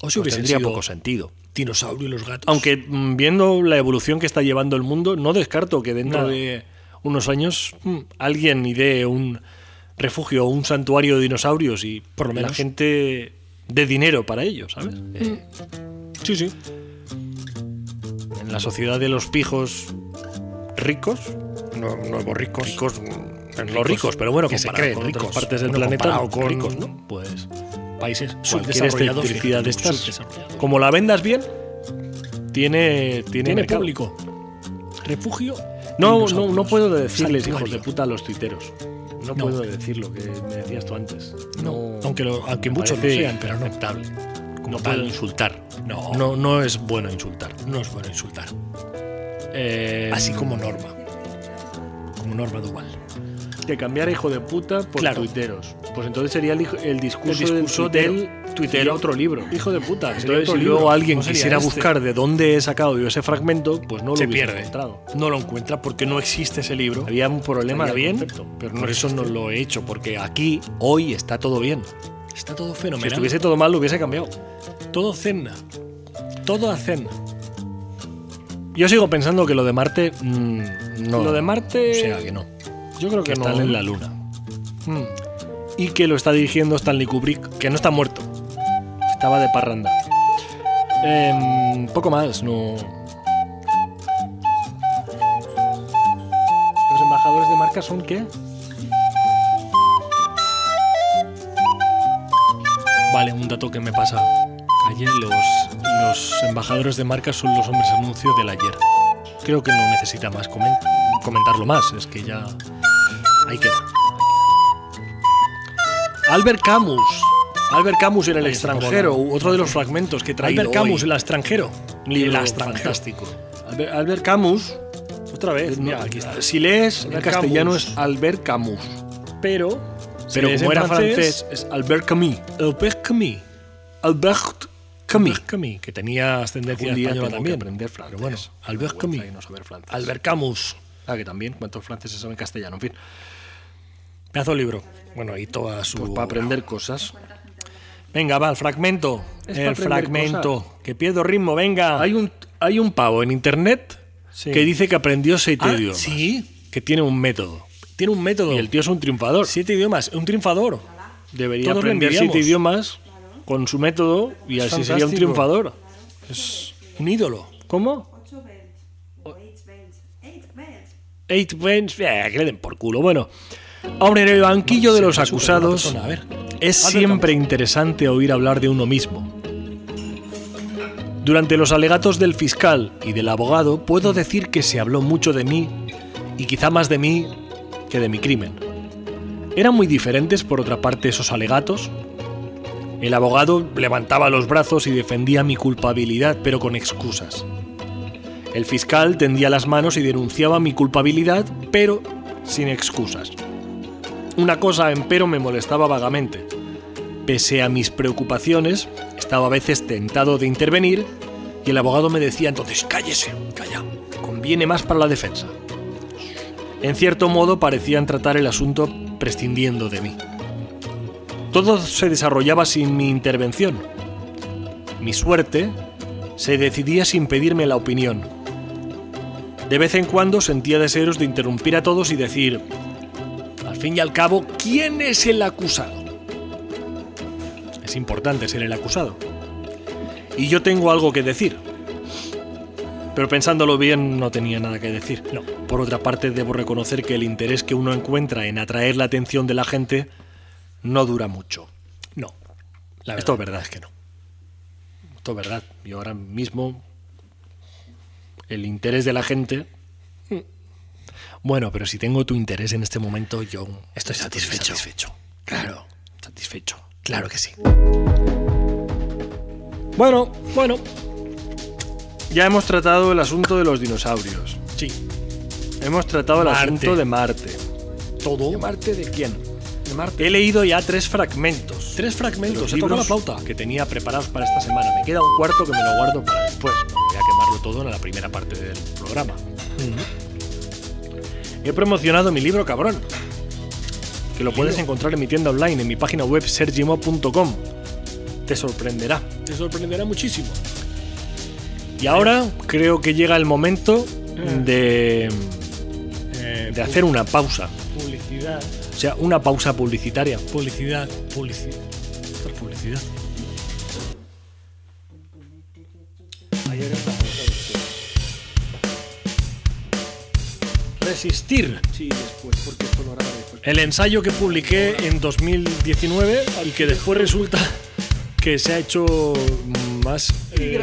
[SPEAKER 3] o
[SPEAKER 2] pues,
[SPEAKER 3] si hubiesen
[SPEAKER 2] tendría
[SPEAKER 3] sido
[SPEAKER 2] poco sentido.
[SPEAKER 3] dinosaurio y los gatos.
[SPEAKER 2] Aunque mm, viendo la evolución que está llevando el mundo, no descarto que dentro
[SPEAKER 3] Nada.
[SPEAKER 2] de unos años mm, alguien idee un refugio o un santuario de dinosaurios y por lo menos la gente de dinero para ello, ¿sabes? Eh, Sí, sí. En la sociedad de los pijos ricos,
[SPEAKER 3] no, nuevos ricos.
[SPEAKER 2] ricos, mm, los
[SPEAKER 3] Ricos,
[SPEAKER 2] ricos, pero bueno,
[SPEAKER 3] que se
[SPEAKER 2] comparado
[SPEAKER 3] creen
[SPEAKER 2] con
[SPEAKER 3] ricos.
[SPEAKER 2] otras partes del
[SPEAKER 3] Bueno,
[SPEAKER 2] planeta,
[SPEAKER 3] comparado con-
[SPEAKER 2] ricos, ¿no? Pues
[SPEAKER 3] Países
[SPEAKER 2] cualquier
[SPEAKER 3] subdesarrollados.
[SPEAKER 2] electricidad de
[SPEAKER 3] fíjate tú,
[SPEAKER 2] estas,
[SPEAKER 3] subdesarrollados.
[SPEAKER 2] como la vendas bien, tiene tiene,
[SPEAKER 3] Tiene
[SPEAKER 2] mercado.
[SPEAKER 3] público. Refugio.
[SPEAKER 2] No, no,
[SPEAKER 3] dinosaurios.
[SPEAKER 2] no puedo decirles, hijos
[SPEAKER 3] Santuario.
[SPEAKER 2] de puta, a los tuiteros. No,
[SPEAKER 3] No.
[SPEAKER 2] puedo decir lo que me decías tú antes.
[SPEAKER 3] No, aunque, lo- aunque
[SPEAKER 2] me
[SPEAKER 3] muchos lo
[SPEAKER 2] parece
[SPEAKER 3] sean, pero no.
[SPEAKER 2] inaceptable.
[SPEAKER 3] Como
[SPEAKER 2] no
[SPEAKER 3] tal.
[SPEAKER 2] puedo insultar.
[SPEAKER 3] No.
[SPEAKER 2] no, no es bueno insultar.
[SPEAKER 3] No es bueno insultar.
[SPEAKER 2] Eh,
[SPEAKER 3] Así como norma. Como norma dual.
[SPEAKER 2] que cambiar hijo de puta por
[SPEAKER 3] Claro.
[SPEAKER 2] tuiteros. Pues entonces sería el, hijo- el discurso,
[SPEAKER 3] El
[SPEAKER 2] del
[SPEAKER 3] discurso
[SPEAKER 2] tuitero.
[SPEAKER 3] del tuitero.
[SPEAKER 2] Sería otro libro. (laughs) Hijo de puta.
[SPEAKER 3] Sería
[SPEAKER 2] Entonces,
[SPEAKER 3] otro
[SPEAKER 2] si
[SPEAKER 3] libro.
[SPEAKER 2] luego alguien
[SPEAKER 3] No sería
[SPEAKER 2] quisiera
[SPEAKER 3] este.
[SPEAKER 2] buscar de dónde he sacado yo ese fragmento, pues no lo
[SPEAKER 3] Se
[SPEAKER 2] hubiese
[SPEAKER 3] pierde.
[SPEAKER 2] encontrado.
[SPEAKER 3] No lo encuentra porque no existe ese libro.
[SPEAKER 2] Había un problema de
[SPEAKER 3] Estaría bien,
[SPEAKER 2] concepto, pero
[SPEAKER 3] pero
[SPEAKER 2] no
[SPEAKER 3] no
[SPEAKER 2] por eso no
[SPEAKER 3] existe.
[SPEAKER 2] lo he hecho, porque aquí, hoy, está todo bien.
[SPEAKER 3] Está todo
[SPEAKER 2] Si
[SPEAKER 3] fenomenal.
[SPEAKER 2] estuviese todo mal, lo hubiese cambiado.
[SPEAKER 3] Todo cena. Todo a cena.
[SPEAKER 2] Yo sigo pensando que lo de Marte. mm, no.
[SPEAKER 3] Lo de Marte-
[SPEAKER 2] O sea, que no.
[SPEAKER 3] Yo creo
[SPEAKER 2] Que
[SPEAKER 3] que, no.
[SPEAKER 2] están en la Luna. Mm. Y que lo está dirigiendo Stanley Kubrick, que no está muerto. Estaba de parranda. Em, poco más, no. ¿Los embajadores de marca son qué?
[SPEAKER 3] Vale, un dato que me pasa. Ayer los, los embajadores de marca son los hombres anuncio del ayer.
[SPEAKER 2] Creo que no necesita más comen- comentarlo más. Es que ya. Ahí queda. Albert Camus. Albert Camus en el
[SPEAKER 3] Ahí está,
[SPEAKER 2] extranjero, otro de los fragmentos que he traído.
[SPEAKER 3] Albert Camus,
[SPEAKER 2] hoy.
[SPEAKER 3] el extranjero.
[SPEAKER 2] Un libro
[SPEAKER 3] el extranjero.
[SPEAKER 2] fantástico. Albert, Albert Camus, otra vez,
[SPEAKER 3] Pues Mira,
[SPEAKER 2] no,
[SPEAKER 3] aquí está.
[SPEAKER 2] si lees en
[SPEAKER 3] Albert
[SPEAKER 2] castellano
[SPEAKER 3] Camus.
[SPEAKER 2] es Albert Camus,
[SPEAKER 3] Pero,
[SPEAKER 2] pero
[SPEAKER 3] si
[SPEAKER 2] como
[SPEAKER 3] lees en
[SPEAKER 2] era francés, es Albert Camus.
[SPEAKER 3] Albert Camus.
[SPEAKER 2] Albert Camus.
[SPEAKER 3] Albert Camus, que tenía ascendencia española también.
[SPEAKER 2] aprender francés.
[SPEAKER 3] Pero bueno, Albert
[SPEAKER 2] Vergüenza
[SPEAKER 3] Camus.
[SPEAKER 2] de no saber francés.
[SPEAKER 3] Albert Camus.
[SPEAKER 2] Ah, que también, ¿cuántos franceses saben castellano? En fin,
[SPEAKER 3] Pedazo de libro. Bueno, y toda su.
[SPEAKER 2] pues para aprender cosas.
[SPEAKER 3] Venga, va, el fragmento.
[SPEAKER 2] Es para
[SPEAKER 3] el
[SPEAKER 2] aprender
[SPEAKER 3] fragmento. Que pierdo ritmo, venga.
[SPEAKER 2] Hay un, hay un pavo en internet
[SPEAKER 3] Sí.
[SPEAKER 2] que dice que aprendió siete
[SPEAKER 3] Ah,
[SPEAKER 2] idiomas.
[SPEAKER 3] sí.
[SPEAKER 2] Que tiene un método.
[SPEAKER 3] Tiene un método.
[SPEAKER 2] Y el tío es un triunfador.
[SPEAKER 3] Siete idiomas. Un triunfador.
[SPEAKER 2] Debería
[SPEAKER 3] Todos le
[SPEAKER 2] aprender
[SPEAKER 3] envidiamos.
[SPEAKER 2] siete idiomas con su método y así
[SPEAKER 3] Fantástico.
[SPEAKER 2] sería un triunfador.
[SPEAKER 3] Un ídolo.
[SPEAKER 2] ¿Cómo?
[SPEAKER 4] 8 bells. O 8 bells. 8 bells.
[SPEAKER 2] Eight Bench, eh, que le den por culo. Bueno, ahora en el banquillo de los
[SPEAKER 3] Se presume una
[SPEAKER 2] acusados
[SPEAKER 3] persona, a ver.
[SPEAKER 2] es
[SPEAKER 3] Albert
[SPEAKER 2] siempre interesante oír hablar de uno mismo. Durante los alegatos del fiscal y del abogado puedo decir que se habló mucho de mí y quizá más de mí que de mi crimen. Eran muy diferentes por otra parte esos alegatos. El abogado levantaba los brazos y defendía mi culpabilidad, pero con excusas. El fiscal tendía las manos y denunciaba mi culpabilidad, pero sin excusas. Una cosa, empero, me molestaba vagamente. Pese a mis preocupaciones, estaba a veces tentado de intervenir y el abogado me decía entonces, cállese, calla, conviene más para la defensa. En cierto modo parecían tratar el asunto prescindiendo de mí. Todo se desarrollaba sin mi intervención. Mi suerte se decidía sin pedirme la opinión. De vez en cuando sentía deseos de interrumpir a todos y decir, al fin y al cabo, ¿quién es el acusado? Es importante ser el acusado. Y yo tengo algo que decir. Pero pensándolo bien, no tenía nada que decir.
[SPEAKER 3] No.
[SPEAKER 2] Por otra parte, debo reconocer que el interés que uno encuentra en atraer la atención de la gente no dura mucho.
[SPEAKER 3] No. La verdad.
[SPEAKER 2] Esto es verdad, es que no. Esto es verdad. Y ahora mismo el interés de la gente... Bueno, pero si tengo tu interés en este momento, yo
[SPEAKER 3] Estoy satisfecho.
[SPEAKER 2] satisfecho.
[SPEAKER 3] Claro.
[SPEAKER 2] Satisfecho.
[SPEAKER 3] Claro que sí.
[SPEAKER 2] Bueno, bueno. Ya hemos tratado el asunto de los dinosaurios.
[SPEAKER 3] Sí.
[SPEAKER 2] Hemos tratado el
[SPEAKER 3] Marte.
[SPEAKER 2] asunto de Marte.
[SPEAKER 3] Todo.
[SPEAKER 2] ¿De Marte de quién? De Marte. He leído ya tres fragmentos.
[SPEAKER 3] Tres fragmentos.
[SPEAKER 2] Los
[SPEAKER 3] Se tocado la
[SPEAKER 2] libros
[SPEAKER 3] flauta.
[SPEAKER 2] que tenía preparados para esta semana. Me queda un cuarto que me lo guardo para después. No Voy a quemarlo todo en la primera parte del programa. He promocionado mi libro, cabrón. Que lo puedes encontrar en mi tienda online, en mi página web sergimo.com. Te sorprenderá.
[SPEAKER 3] Te sorprenderá muchísimo.
[SPEAKER 2] Y ahora creo que llega el momento de,
[SPEAKER 3] Ah. Eh,
[SPEAKER 2] de hacer una pausa.
[SPEAKER 3] publicidad.
[SPEAKER 2] O sea, una pausa publicitaria.
[SPEAKER 3] Publicidad. Publicidad. Otra publicidad.
[SPEAKER 2] Resistir.
[SPEAKER 3] Sí, después, porque esto lo graba después.
[SPEAKER 2] El ensayo que publiqué en 2019 y que después resulta que se ha hecho más, eh,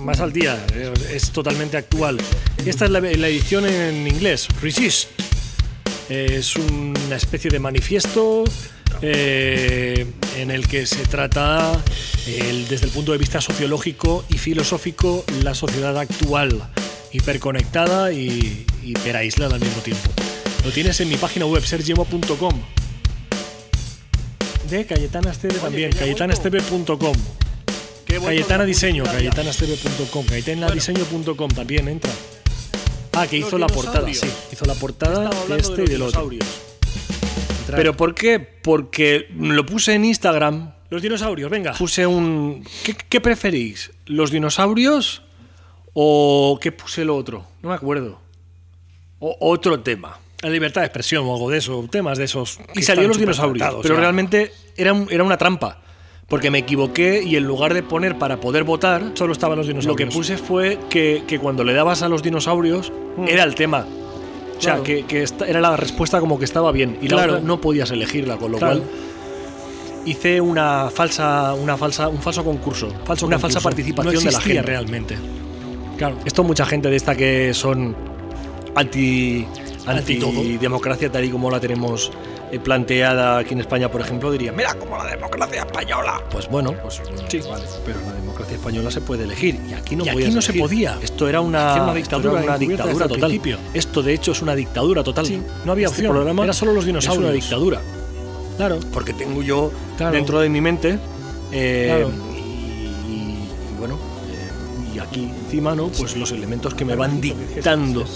[SPEAKER 2] más al día, eh, es totalmente actual. Esta es la, la edición en inglés, Resist. Eh, es una especie de manifiesto eh, en el que se trata el- desde el punto de vista sociológico y filosófico la sociedad actual, hiperconectada y hiperaislada al mismo tiempo. Lo tienes en mi página web, sergimo.com. De Cayetana Esteve también, cayetanasteve.com. Cayetana Diseño, cayetanasteve.com, cayetanadiseño.com también entra. Ah, que hizo la portada, sí. Hizo la portada de este y del otro. ¿Pero por qué? Porque lo puse en Instagram.
[SPEAKER 3] Los dinosaurios, venga.
[SPEAKER 2] Puse un. ¿Qué, qué preferís? ¿Los dinosaurios? ¿O qué puse lo otro? No me acuerdo. O otro tema.
[SPEAKER 3] La libertad de expresión o algo de eso, temas de esos. que
[SPEAKER 2] Y salió
[SPEAKER 3] están
[SPEAKER 2] los dinosaurios.
[SPEAKER 3] supertratados,
[SPEAKER 2] Pero
[SPEAKER 3] ya.
[SPEAKER 2] realmente era, un- era una trampa. Porque me equivoqué y en lugar de poner para poder votar,
[SPEAKER 3] Solo estaban los
[SPEAKER 2] lo
[SPEAKER 3] dinosaurios.
[SPEAKER 2] que puse fue que, que cuando le dabas a los dinosaurios era el tema. O sea,
[SPEAKER 3] Hmm. Claro.
[SPEAKER 2] que, que esta- era la respuesta como que estaba bien. Y
[SPEAKER 3] Claro.
[SPEAKER 2] la otra no podías elegirla, con lo
[SPEAKER 3] Claro.
[SPEAKER 2] cual hice una falsa, una falsa, un falso concurso.
[SPEAKER 3] Falso
[SPEAKER 2] una
[SPEAKER 3] concurso.
[SPEAKER 2] falsa participación
[SPEAKER 3] No
[SPEAKER 2] de la
[SPEAKER 3] existía
[SPEAKER 2] gente.
[SPEAKER 3] realmente.
[SPEAKER 2] Claro. Esto mucha gente de esta que son anti
[SPEAKER 3] Anti todo.
[SPEAKER 2] democracia tal y como la tenemos eh, planteada aquí en España, por ejemplo, diría, mira como la democracia española. Pues bueno, pues sí, vale, pero la democracia española se puede elegir y aquí no,
[SPEAKER 3] Y aquí
[SPEAKER 2] podías
[SPEAKER 3] no se
[SPEAKER 2] elegir.
[SPEAKER 3] podía.
[SPEAKER 2] Esto era una,
[SPEAKER 3] Hacía una
[SPEAKER 2] esto
[SPEAKER 3] dictadura
[SPEAKER 2] era una
[SPEAKER 3] encubierta
[SPEAKER 2] dictadura
[SPEAKER 3] desde el
[SPEAKER 2] total.
[SPEAKER 3] principio.
[SPEAKER 2] Esto de hecho es una dictadura total.
[SPEAKER 3] Sí, no había
[SPEAKER 2] Este
[SPEAKER 3] opción.
[SPEAKER 2] programa
[SPEAKER 3] Era solo los dinosaurios.
[SPEAKER 2] Es una dictadura
[SPEAKER 3] Claro.
[SPEAKER 2] porque tengo yo
[SPEAKER 3] Claro.
[SPEAKER 2] dentro de mi mente eh,
[SPEAKER 3] Claro.
[SPEAKER 2] y, y bueno eh, y aquí encima no pues los elementos que me van dictando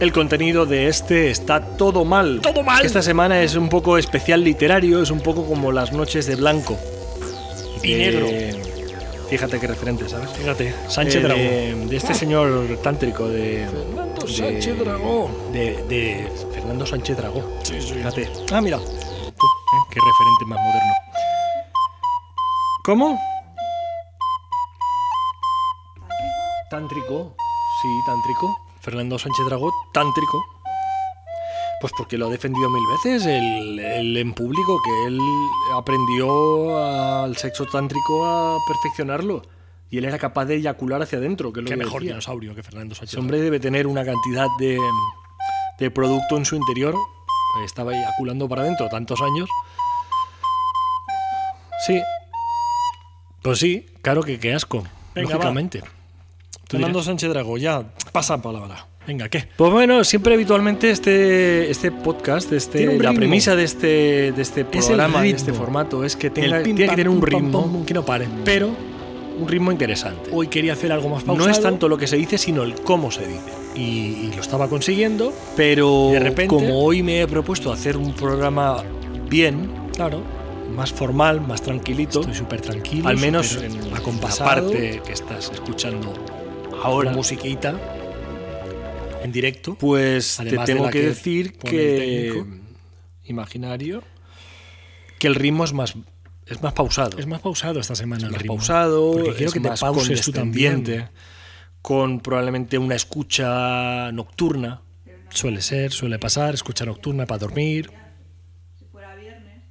[SPEAKER 2] el contenido de este está todo mal
[SPEAKER 3] Todo mal.
[SPEAKER 2] esta semana es un poco especial literario es un poco como las noches de blanco
[SPEAKER 3] Y
[SPEAKER 2] Eh,
[SPEAKER 3] negro.
[SPEAKER 2] fíjate qué referente sabes
[SPEAKER 3] Fíjate, Sánchez
[SPEAKER 2] eh,
[SPEAKER 3] Dragón.
[SPEAKER 2] de, de este señor tántrico de Fernando
[SPEAKER 3] Sánchez Dragón.
[SPEAKER 2] de, de Fernando Sánchez Dragón
[SPEAKER 3] Sí, sí.
[SPEAKER 2] Fíjate. Ah, mira. Tú, ¿eh? Qué referente más moderno. ¿Cómo? Tántrico. Sí, tántrico. Fernando Sánchez Dragó, tántrico. Pues porque lo ha defendido mil veces el, el en público, que él aprendió al sexo tántrico a perfeccionarlo. Y él era capaz de eyacular hacia adentro, que es lo
[SPEAKER 3] Qué
[SPEAKER 2] que
[SPEAKER 3] mejor
[SPEAKER 2] decía.
[SPEAKER 3] dinosaurio que Fernando Sánchez.
[SPEAKER 2] Ese hombre debe tener una cantidad de, de producto en su interior. Estaba eyaculando para adentro tantos años. Sí. Pues sí, claro que qué asco.
[SPEAKER 3] Venga,
[SPEAKER 2] lógicamente. Tú
[SPEAKER 3] Fernando
[SPEAKER 2] dirás.
[SPEAKER 3] Sánchez Dragó, ya pasa palabra. Venga, ¿qué?
[SPEAKER 2] Pues bueno, siempre habitualmente este, este podcast,
[SPEAKER 3] Tiene
[SPEAKER 2] este,
[SPEAKER 3] un
[SPEAKER 2] la
[SPEAKER 3] ritmo.
[SPEAKER 2] premisa de este, de este
[SPEAKER 3] el
[SPEAKER 2] programa, de
[SPEAKER 3] ritmo.
[SPEAKER 2] este formato, es que tenga-
[SPEAKER 3] El pim,
[SPEAKER 2] tiene
[SPEAKER 3] pam,
[SPEAKER 2] que tener un
[SPEAKER 3] pum, pam,
[SPEAKER 2] ritmo,
[SPEAKER 3] pum, pum, que no pare.
[SPEAKER 2] pero un ritmo interesante.
[SPEAKER 3] Hoy quería hacer algo más pausado.
[SPEAKER 2] No es tanto lo que se dice, sino el cómo se dice.
[SPEAKER 3] Y, y lo estaba consiguiendo.
[SPEAKER 2] Pero
[SPEAKER 3] De repente-
[SPEAKER 2] como hoy me he propuesto hacer un programa bien,
[SPEAKER 3] Claro.
[SPEAKER 2] más formal, más tranquilito,
[SPEAKER 3] Estoy súper tranquilo.
[SPEAKER 2] al menos
[SPEAKER 3] súper
[SPEAKER 2] en
[SPEAKER 3] acompasado.
[SPEAKER 2] la parte que estás escuchando ahora,
[SPEAKER 3] ahora musiquita en directo
[SPEAKER 2] pues
[SPEAKER 3] Además
[SPEAKER 2] te
[SPEAKER 3] de
[SPEAKER 2] tengo
[SPEAKER 3] la
[SPEAKER 2] que,
[SPEAKER 3] que
[SPEAKER 2] decir
[SPEAKER 3] pone el
[SPEAKER 2] que
[SPEAKER 3] técnico.
[SPEAKER 2] imaginario que el ritmo es más es más pausado,
[SPEAKER 3] es más pausado esta semana el
[SPEAKER 2] más
[SPEAKER 3] ritmo,
[SPEAKER 2] pausado,
[SPEAKER 3] porque quiero
[SPEAKER 2] es
[SPEAKER 3] que te
[SPEAKER 2] más
[SPEAKER 3] pauses tú también
[SPEAKER 2] condescendiente, con probablemente una escucha nocturna.
[SPEAKER 3] suele ser suele pasar escucha nocturna para dormir
[SPEAKER 4] Si fuera viernes,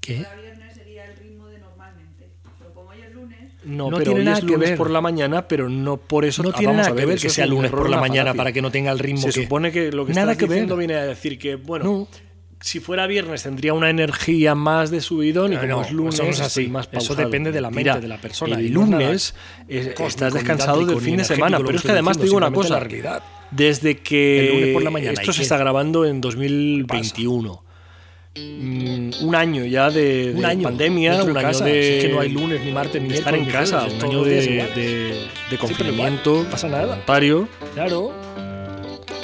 [SPEAKER 3] qué
[SPEAKER 4] fuera viernes sería el ritmo de normalmente. Pero como hoy es lunes,
[SPEAKER 2] No,
[SPEAKER 3] No
[SPEAKER 2] pero
[SPEAKER 3] tiene
[SPEAKER 2] hoy
[SPEAKER 3] nada
[SPEAKER 2] es
[SPEAKER 3] que
[SPEAKER 2] lunes
[SPEAKER 3] ver.
[SPEAKER 2] por la mañana, pero no por eso
[SPEAKER 3] no
[SPEAKER 2] Ah,
[SPEAKER 3] tiene
[SPEAKER 2] vamos
[SPEAKER 3] nada
[SPEAKER 2] a
[SPEAKER 3] que
[SPEAKER 2] ver,
[SPEAKER 3] ver
[SPEAKER 2] eso
[SPEAKER 3] que
[SPEAKER 2] es
[SPEAKER 3] sea
[SPEAKER 2] un
[SPEAKER 3] lunes
[SPEAKER 2] error,
[SPEAKER 3] por la
[SPEAKER 2] una
[SPEAKER 3] mañana
[SPEAKER 2] falacia.
[SPEAKER 3] para que no tenga el ritmo
[SPEAKER 2] Se
[SPEAKER 3] que-
[SPEAKER 2] supone que lo que
[SPEAKER 3] Nada
[SPEAKER 2] estás
[SPEAKER 3] que ver.
[SPEAKER 2] diciendo viene a decir que, bueno,
[SPEAKER 3] No.
[SPEAKER 2] si fuera viernes tendría una energía más de subidón y
[SPEAKER 3] No,
[SPEAKER 2] como
[SPEAKER 3] no,
[SPEAKER 2] es lunes
[SPEAKER 3] eso no es
[SPEAKER 2] estoy
[SPEAKER 3] así.
[SPEAKER 2] más
[SPEAKER 3] Eso
[SPEAKER 2] pausado.
[SPEAKER 3] depende de la mente
[SPEAKER 2] Mira,
[SPEAKER 3] de la persona y
[SPEAKER 2] El
[SPEAKER 3] no es nada
[SPEAKER 2] lunes eh, estás
[SPEAKER 3] cósmico, ni
[SPEAKER 2] descansado
[SPEAKER 3] tántrico,
[SPEAKER 2] del fin
[SPEAKER 3] ni
[SPEAKER 2] de
[SPEAKER 3] energético
[SPEAKER 2] semana,
[SPEAKER 3] lo que
[SPEAKER 2] pero es
[SPEAKER 3] estoy
[SPEAKER 2] que además te digo
[SPEAKER 3] diciendo,
[SPEAKER 2] una cosa.
[SPEAKER 3] simplemente la realidad.
[SPEAKER 2] Desde que
[SPEAKER 3] El lunes por la mañana,
[SPEAKER 2] esto
[SPEAKER 3] ¿y
[SPEAKER 2] se
[SPEAKER 3] qué?
[SPEAKER 2] está grabando en 2021. Mm, un año ya de, de pandemia,
[SPEAKER 3] dentro
[SPEAKER 2] un
[SPEAKER 3] de
[SPEAKER 2] año
[SPEAKER 3] casa, si
[SPEAKER 2] de
[SPEAKER 3] es que no hay lunes ni martes ni
[SPEAKER 2] de estar en
[SPEAKER 3] miércoles,
[SPEAKER 2] casa,
[SPEAKER 3] ni jueves,
[SPEAKER 2] un
[SPEAKER 3] todos
[SPEAKER 2] año
[SPEAKER 3] los
[SPEAKER 2] de,
[SPEAKER 3] días iguales.
[SPEAKER 2] de- de
[SPEAKER 3] Siempre igual,
[SPEAKER 2] confinamiento
[SPEAKER 3] no pasa nada
[SPEAKER 2] voluntario,
[SPEAKER 3] claro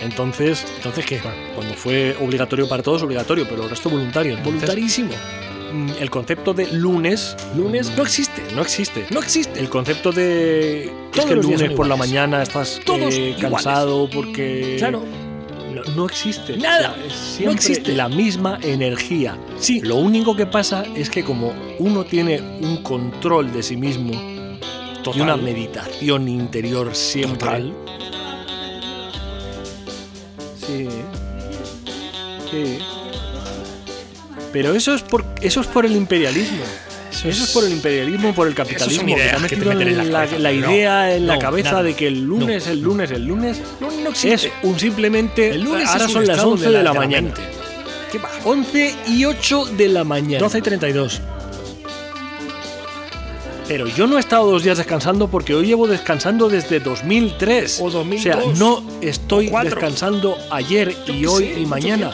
[SPEAKER 3] Entonces, ¿entonces qué? Cuando fue obligatorio para todos, obligatorio, pero el resto voluntario. Voluntarísimo. Mm, El concepto de lunes, lunes no existe, no existe, no existe. El concepto de Eh, es
[SPEAKER 2] Todos
[SPEAKER 3] que el
[SPEAKER 2] los días
[SPEAKER 3] lunes
[SPEAKER 2] son
[SPEAKER 3] por la
[SPEAKER 2] iguales.
[SPEAKER 3] mañana estás
[SPEAKER 2] Todos
[SPEAKER 3] eh,
[SPEAKER 2] iguales.
[SPEAKER 3] cansado porque
[SPEAKER 2] Claro.
[SPEAKER 3] no, no existe.
[SPEAKER 2] Nada.
[SPEAKER 3] O sea, eh, es
[SPEAKER 2] No
[SPEAKER 3] siempre
[SPEAKER 2] existe.
[SPEAKER 3] la misma energía.
[SPEAKER 2] Sí.
[SPEAKER 3] Lo único que pasa es que como uno tiene un control de sí mismo y
[SPEAKER 2] Total.
[SPEAKER 3] una meditación interior siempre.
[SPEAKER 2] Total.
[SPEAKER 3] Sí. Sí. Pero eso es por eso es por el imperialismo. Eso es, por el imperialismo, por el capitalismo.
[SPEAKER 2] ideas
[SPEAKER 3] que te han
[SPEAKER 2] que te
[SPEAKER 3] metido
[SPEAKER 2] meten en la cabeza,
[SPEAKER 3] la
[SPEAKER 2] pero no,
[SPEAKER 3] idea en la
[SPEAKER 2] no,
[SPEAKER 3] cabeza
[SPEAKER 2] nada.
[SPEAKER 3] de que el lunes, el lunes, el lunes
[SPEAKER 2] No, no
[SPEAKER 3] es
[SPEAKER 2] existe.
[SPEAKER 3] un simplemente.
[SPEAKER 2] El lunes
[SPEAKER 3] ahora
[SPEAKER 2] es un
[SPEAKER 3] son las
[SPEAKER 2] estado
[SPEAKER 3] 11
[SPEAKER 2] de
[SPEAKER 3] de
[SPEAKER 2] la-
[SPEAKER 3] la,
[SPEAKER 2] de la
[SPEAKER 3] mañana.
[SPEAKER 2] mente.
[SPEAKER 3] ¿Qué va? 11 y 8 de la mañana.
[SPEAKER 2] 12 y 32.
[SPEAKER 3] Pero yo no he estado dos días descansando porque hoy llevo descansando desde 2003.
[SPEAKER 2] O 2002,
[SPEAKER 3] O sea, no estoy
[SPEAKER 2] o cuatro.
[SPEAKER 3] descansando ayer
[SPEAKER 2] Yo
[SPEAKER 3] y
[SPEAKER 2] qué
[SPEAKER 3] hoy
[SPEAKER 2] sé,
[SPEAKER 3] y
[SPEAKER 2] mucho
[SPEAKER 3] mañana.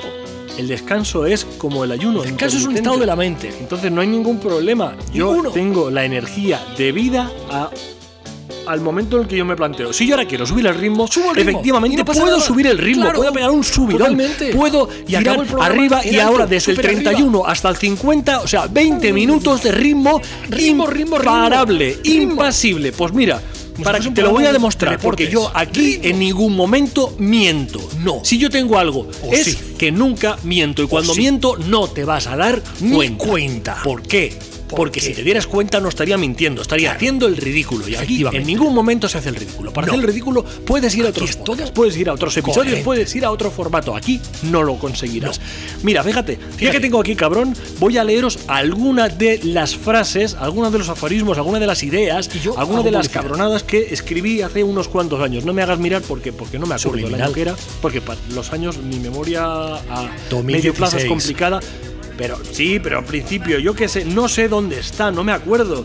[SPEAKER 3] El descanso es como el ayuno.
[SPEAKER 2] El caso es un
[SPEAKER 3] intermitente.
[SPEAKER 2] estado de la mente.
[SPEAKER 3] Entonces no hay ningún problema. Yo
[SPEAKER 2] Ninguno.
[SPEAKER 3] tengo la energía de vida a- al momento en el que yo me planteo. Si yo ahora quiero subir el ritmo,
[SPEAKER 2] Subo el ritmo, y
[SPEAKER 3] efectivamente
[SPEAKER 2] no pasa
[SPEAKER 3] puedo
[SPEAKER 2] nada.
[SPEAKER 3] subir el ritmo,
[SPEAKER 2] Claro,
[SPEAKER 3] puedo pegar un subidón,
[SPEAKER 2] totalmente.
[SPEAKER 3] puedo
[SPEAKER 2] Y
[SPEAKER 3] girar
[SPEAKER 2] acabo el programa
[SPEAKER 3] arriba
[SPEAKER 2] en
[SPEAKER 3] y
[SPEAKER 2] alto,
[SPEAKER 3] ahora desde el
[SPEAKER 2] súper arriba.
[SPEAKER 3] 31 hasta el 50, o sea, 20 minutos de ritmo,
[SPEAKER 2] Ritmo, ritmo, ritmo.
[SPEAKER 3] imparable,
[SPEAKER 2] Ritmo.
[SPEAKER 3] impasible. Pues mira,
[SPEAKER 2] Como
[SPEAKER 3] para
[SPEAKER 2] si fuese
[SPEAKER 3] que
[SPEAKER 2] un
[SPEAKER 3] te lo voy
[SPEAKER 2] programa
[SPEAKER 3] a
[SPEAKER 2] de
[SPEAKER 3] demostrar, porque yo
[SPEAKER 2] deportes.
[SPEAKER 3] aquí
[SPEAKER 2] Ritmo.
[SPEAKER 3] en ningún momento miento.
[SPEAKER 2] No.
[SPEAKER 3] Si yo tengo algo,
[SPEAKER 2] O
[SPEAKER 3] es
[SPEAKER 2] sí.
[SPEAKER 3] que nunca miento. Y cuando
[SPEAKER 2] sí.
[SPEAKER 3] miento, no te vas a dar
[SPEAKER 2] Ni
[SPEAKER 3] cuenta.
[SPEAKER 2] cuenta.
[SPEAKER 3] ¿Por qué? Porque si te dieras cuenta no estaría mintiendo, estaría haciendo el ridículo. Y aquí en
[SPEAKER 2] Efectivamente.
[SPEAKER 3] ningún momento se hace el ridículo. Para
[SPEAKER 2] No.
[SPEAKER 3] hacer el ridículo puedes ir a otros
[SPEAKER 2] es todo
[SPEAKER 3] podcasts, puedes ir a otros episodios,
[SPEAKER 2] coherente.
[SPEAKER 3] puedes ir a otro formato. Aquí no lo conseguirás.
[SPEAKER 2] No.
[SPEAKER 3] Mira, fíjate, ya que
[SPEAKER 2] Fíjate.
[SPEAKER 3] tengo aquí cabrón, voy a leeros algunas de las frases, algunas de los aforismos, algunas de las ideas,
[SPEAKER 2] Y yo
[SPEAKER 3] algunas
[SPEAKER 2] hago
[SPEAKER 3] de las
[SPEAKER 2] publicidad.
[SPEAKER 3] cabronadas que escribí hace unos cuantos años. No me hagas mirar porque, porque no me acuerdo del
[SPEAKER 2] Subliminal.
[SPEAKER 3] año que era, porque para los años mi memoria a
[SPEAKER 2] 2016.
[SPEAKER 3] medio plazo es complicada cada- Pero sí, pero al principio, yo que sé, no sé dónde está, no me acuerdo.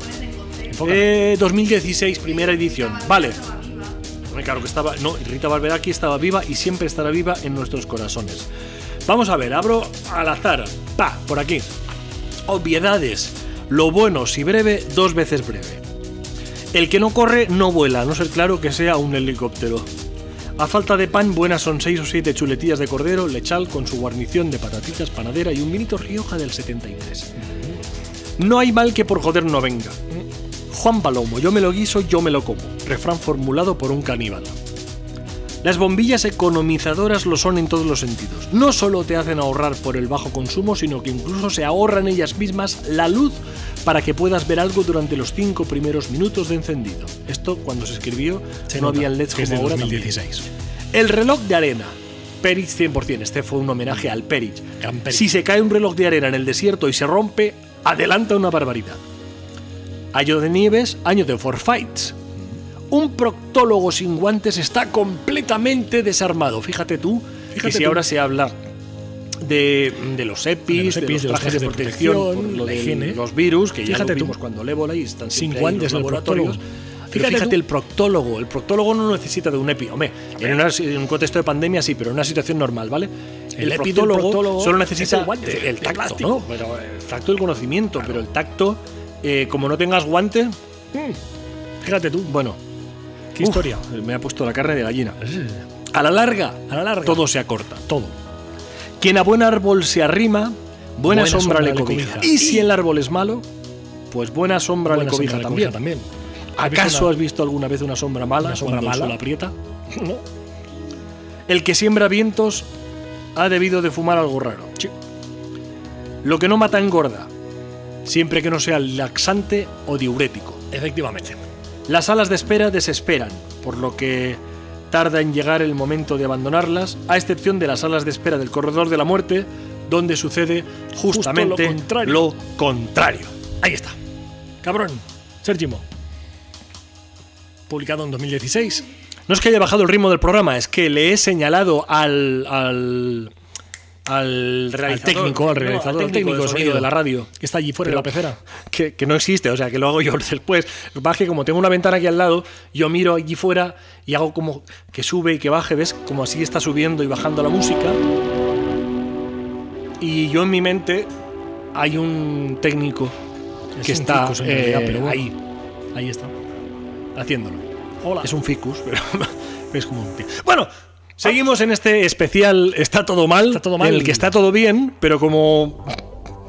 [SPEAKER 3] Eh, 2016, primera edición. Vale. Hombre, Claro que estaba. No, Rita Barberá aquí estaba viva y siempre estará viva en nuestros corazones. Vamos a ver, abro al azar. Pa, por aquí. Obviedades. Lo bueno, si breve, dos veces breve. El que no corre no vuela, a no ser claro que sea un helicóptero. A falta de pan, buenas son seis o siete chuletillas de cordero, lechal con su guarnición de patatitas, panadera y un vinito Rioja del 73. No hay mal que por joder no venga. Juan Palomo, yo me lo guiso, yo me lo como. Refrán formulado por un caníbal. Las bombillas economizadoras lo son en todos los sentidos. No solo te hacen ahorrar por el bajo consumo, sino que incluso se ahorran ellas mismas la luz para que puedas ver algo durante los cinco primeros minutos de encendido. Esto cuando se escribió
[SPEAKER 2] Se
[SPEAKER 3] no
[SPEAKER 2] nota
[SPEAKER 3] había LEDs
[SPEAKER 2] que es
[SPEAKER 3] como
[SPEAKER 2] de
[SPEAKER 3] ahora. también.
[SPEAKER 2] 2016.
[SPEAKER 3] El reloj de arena. Perich 100%. Este fue un homenaje al Perich.
[SPEAKER 2] Gran Perich.
[SPEAKER 3] Si se cae un reloj de arena en el desierto y se rompe, adelanta una barbaridad. Año de Nieves, año de Forfights. Un proctólogo sin guantes está completamente desarmado. Fíjate tú,
[SPEAKER 2] Fíjate
[SPEAKER 3] que si
[SPEAKER 2] tú.
[SPEAKER 3] ahora se habla de, de los EPIs, de los,
[SPEAKER 2] EPIs,
[SPEAKER 3] trajes, de protección, por lo
[SPEAKER 2] la
[SPEAKER 3] de
[SPEAKER 2] higiene.
[SPEAKER 3] los virus, que ya
[SPEAKER 2] Fíjate
[SPEAKER 3] lo
[SPEAKER 2] tú.
[SPEAKER 3] vimos cuando el ébola y están
[SPEAKER 2] Sin
[SPEAKER 3] siempre ahí
[SPEAKER 2] guantes
[SPEAKER 3] en los
[SPEAKER 2] el
[SPEAKER 3] laboratorios.
[SPEAKER 2] proctólogo.
[SPEAKER 3] Pero
[SPEAKER 2] Fíjate
[SPEAKER 3] Fíjate,
[SPEAKER 2] tú.
[SPEAKER 3] el proctólogo. El proctólogo no necesita de un EPI. Hombre, en, una- en un contexto de pandemia sí, pero en una situación normal, ¿vale?
[SPEAKER 2] El
[SPEAKER 3] El,
[SPEAKER 2] EPI del
[SPEAKER 3] proctólogo,
[SPEAKER 2] proctólogo
[SPEAKER 3] solo
[SPEAKER 2] es
[SPEAKER 3] necesita
[SPEAKER 2] el guante de
[SPEAKER 3] tacto,
[SPEAKER 2] plástico.
[SPEAKER 3] ¿no? Pero el tacto y el conocimiento, pero el tacto, eh, como no tengas guante,
[SPEAKER 2] Hmm.
[SPEAKER 3] fíjate tú, bueno.
[SPEAKER 2] ¿Qué
[SPEAKER 3] Uf,
[SPEAKER 2] historia?
[SPEAKER 3] Me ha puesto la carne de gallina. A la larga,
[SPEAKER 2] A la larga.
[SPEAKER 3] todo se acorta.
[SPEAKER 2] Todo.
[SPEAKER 3] Quien a buen árbol se arrima, buena,
[SPEAKER 2] Buena
[SPEAKER 3] sombra,
[SPEAKER 2] sombra
[SPEAKER 3] le
[SPEAKER 2] le
[SPEAKER 3] cobija.
[SPEAKER 2] cobija.
[SPEAKER 3] Y si el árbol es malo, pues buena sombra
[SPEAKER 2] Buena
[SPEAKER 3] le cobija
[SPEAKER 2] sombra le
[SPEAKER 3] también.
[SPEAKER 2] cobija también. ¿Has visto
[SPEAKER 3] ¿Acaso
[SPEAKER 2] una-
[SPEAKER 3] has visto alguna vez una sombra mala?
[SPEAKER 2] una sombra
[SPEAKER 3] cuando el
[SPEAKER 2] mala?
[SPEAKER 3] sol aprieta? El que siembra vientos ha debido de fumar algo raro. Lo que no mata engorda, siempre que no sea laxante o diurético.
[SPEAKER 2] Efectivamente.
[SPEAKER 3] Las salas de espera desesperan, por lo que tarda en llegar el momento de abandonarlas, a excepción de las salas de espera del corredor de la muerte, donde sucede justamente
[SPEAKER 2] contrario.
[SPEAKER 3] lo contrario.
[SPEAKER 2] Ahí está. Cabrón. Sergimo. Publicado en 2016.
[SPEAKER 3] No es que haya bajado el ritmo del programa, es que le he señalado al. al. al realizador,
[SPEAKER 2] técnico, al
[SPEAKER 3] no,
[SPEAKER 2] realizador, al
[SPEAKER 3] técnico,
[SPEAKER 2] técnico
[SPEAKER 3] de
[SPEAKER 2] de
[SPEAKER 3] sonido
[SPEAKER 2] sonido.
[SPEAKER 3] de la radio.
[SPEAKER 2] Que está allí fuera
[SPEAKER 3] Pero-
[SPEAKER 2] de la pecera.
[SPEAKER 3] que, que no existe, o sea, que lo hago yo (laughs) después. Lo que pasa es que como tengo una ventana aquí al lado, yo miro allí fuera y hago como que sube y que baje, ¿ves? Como así está subiendo y bajando la música. Y yo en mi mente hay un técnico
[SPEAKER 2] Es
[SPEAKER 3] que
[SPEAKER 2] un
[SPEAKER 3] está
[SPEAKER 2] ficus en realidad,
[SPEAKER 3] eh,
[SPEAKER 2] pero bueno.
[SPEAKER 3] ahí, ahí está, haciéndolo.
[SPEAKER 2] Hola.
[SPEAKER 3] (laughs) Es un ficus, pero es como un tic. Bueno, Seguimos en este especial Está todo mal,
[SPEAKER 2] Está todo mal.
[SPEAKER 3] en el que está todo bien, pero como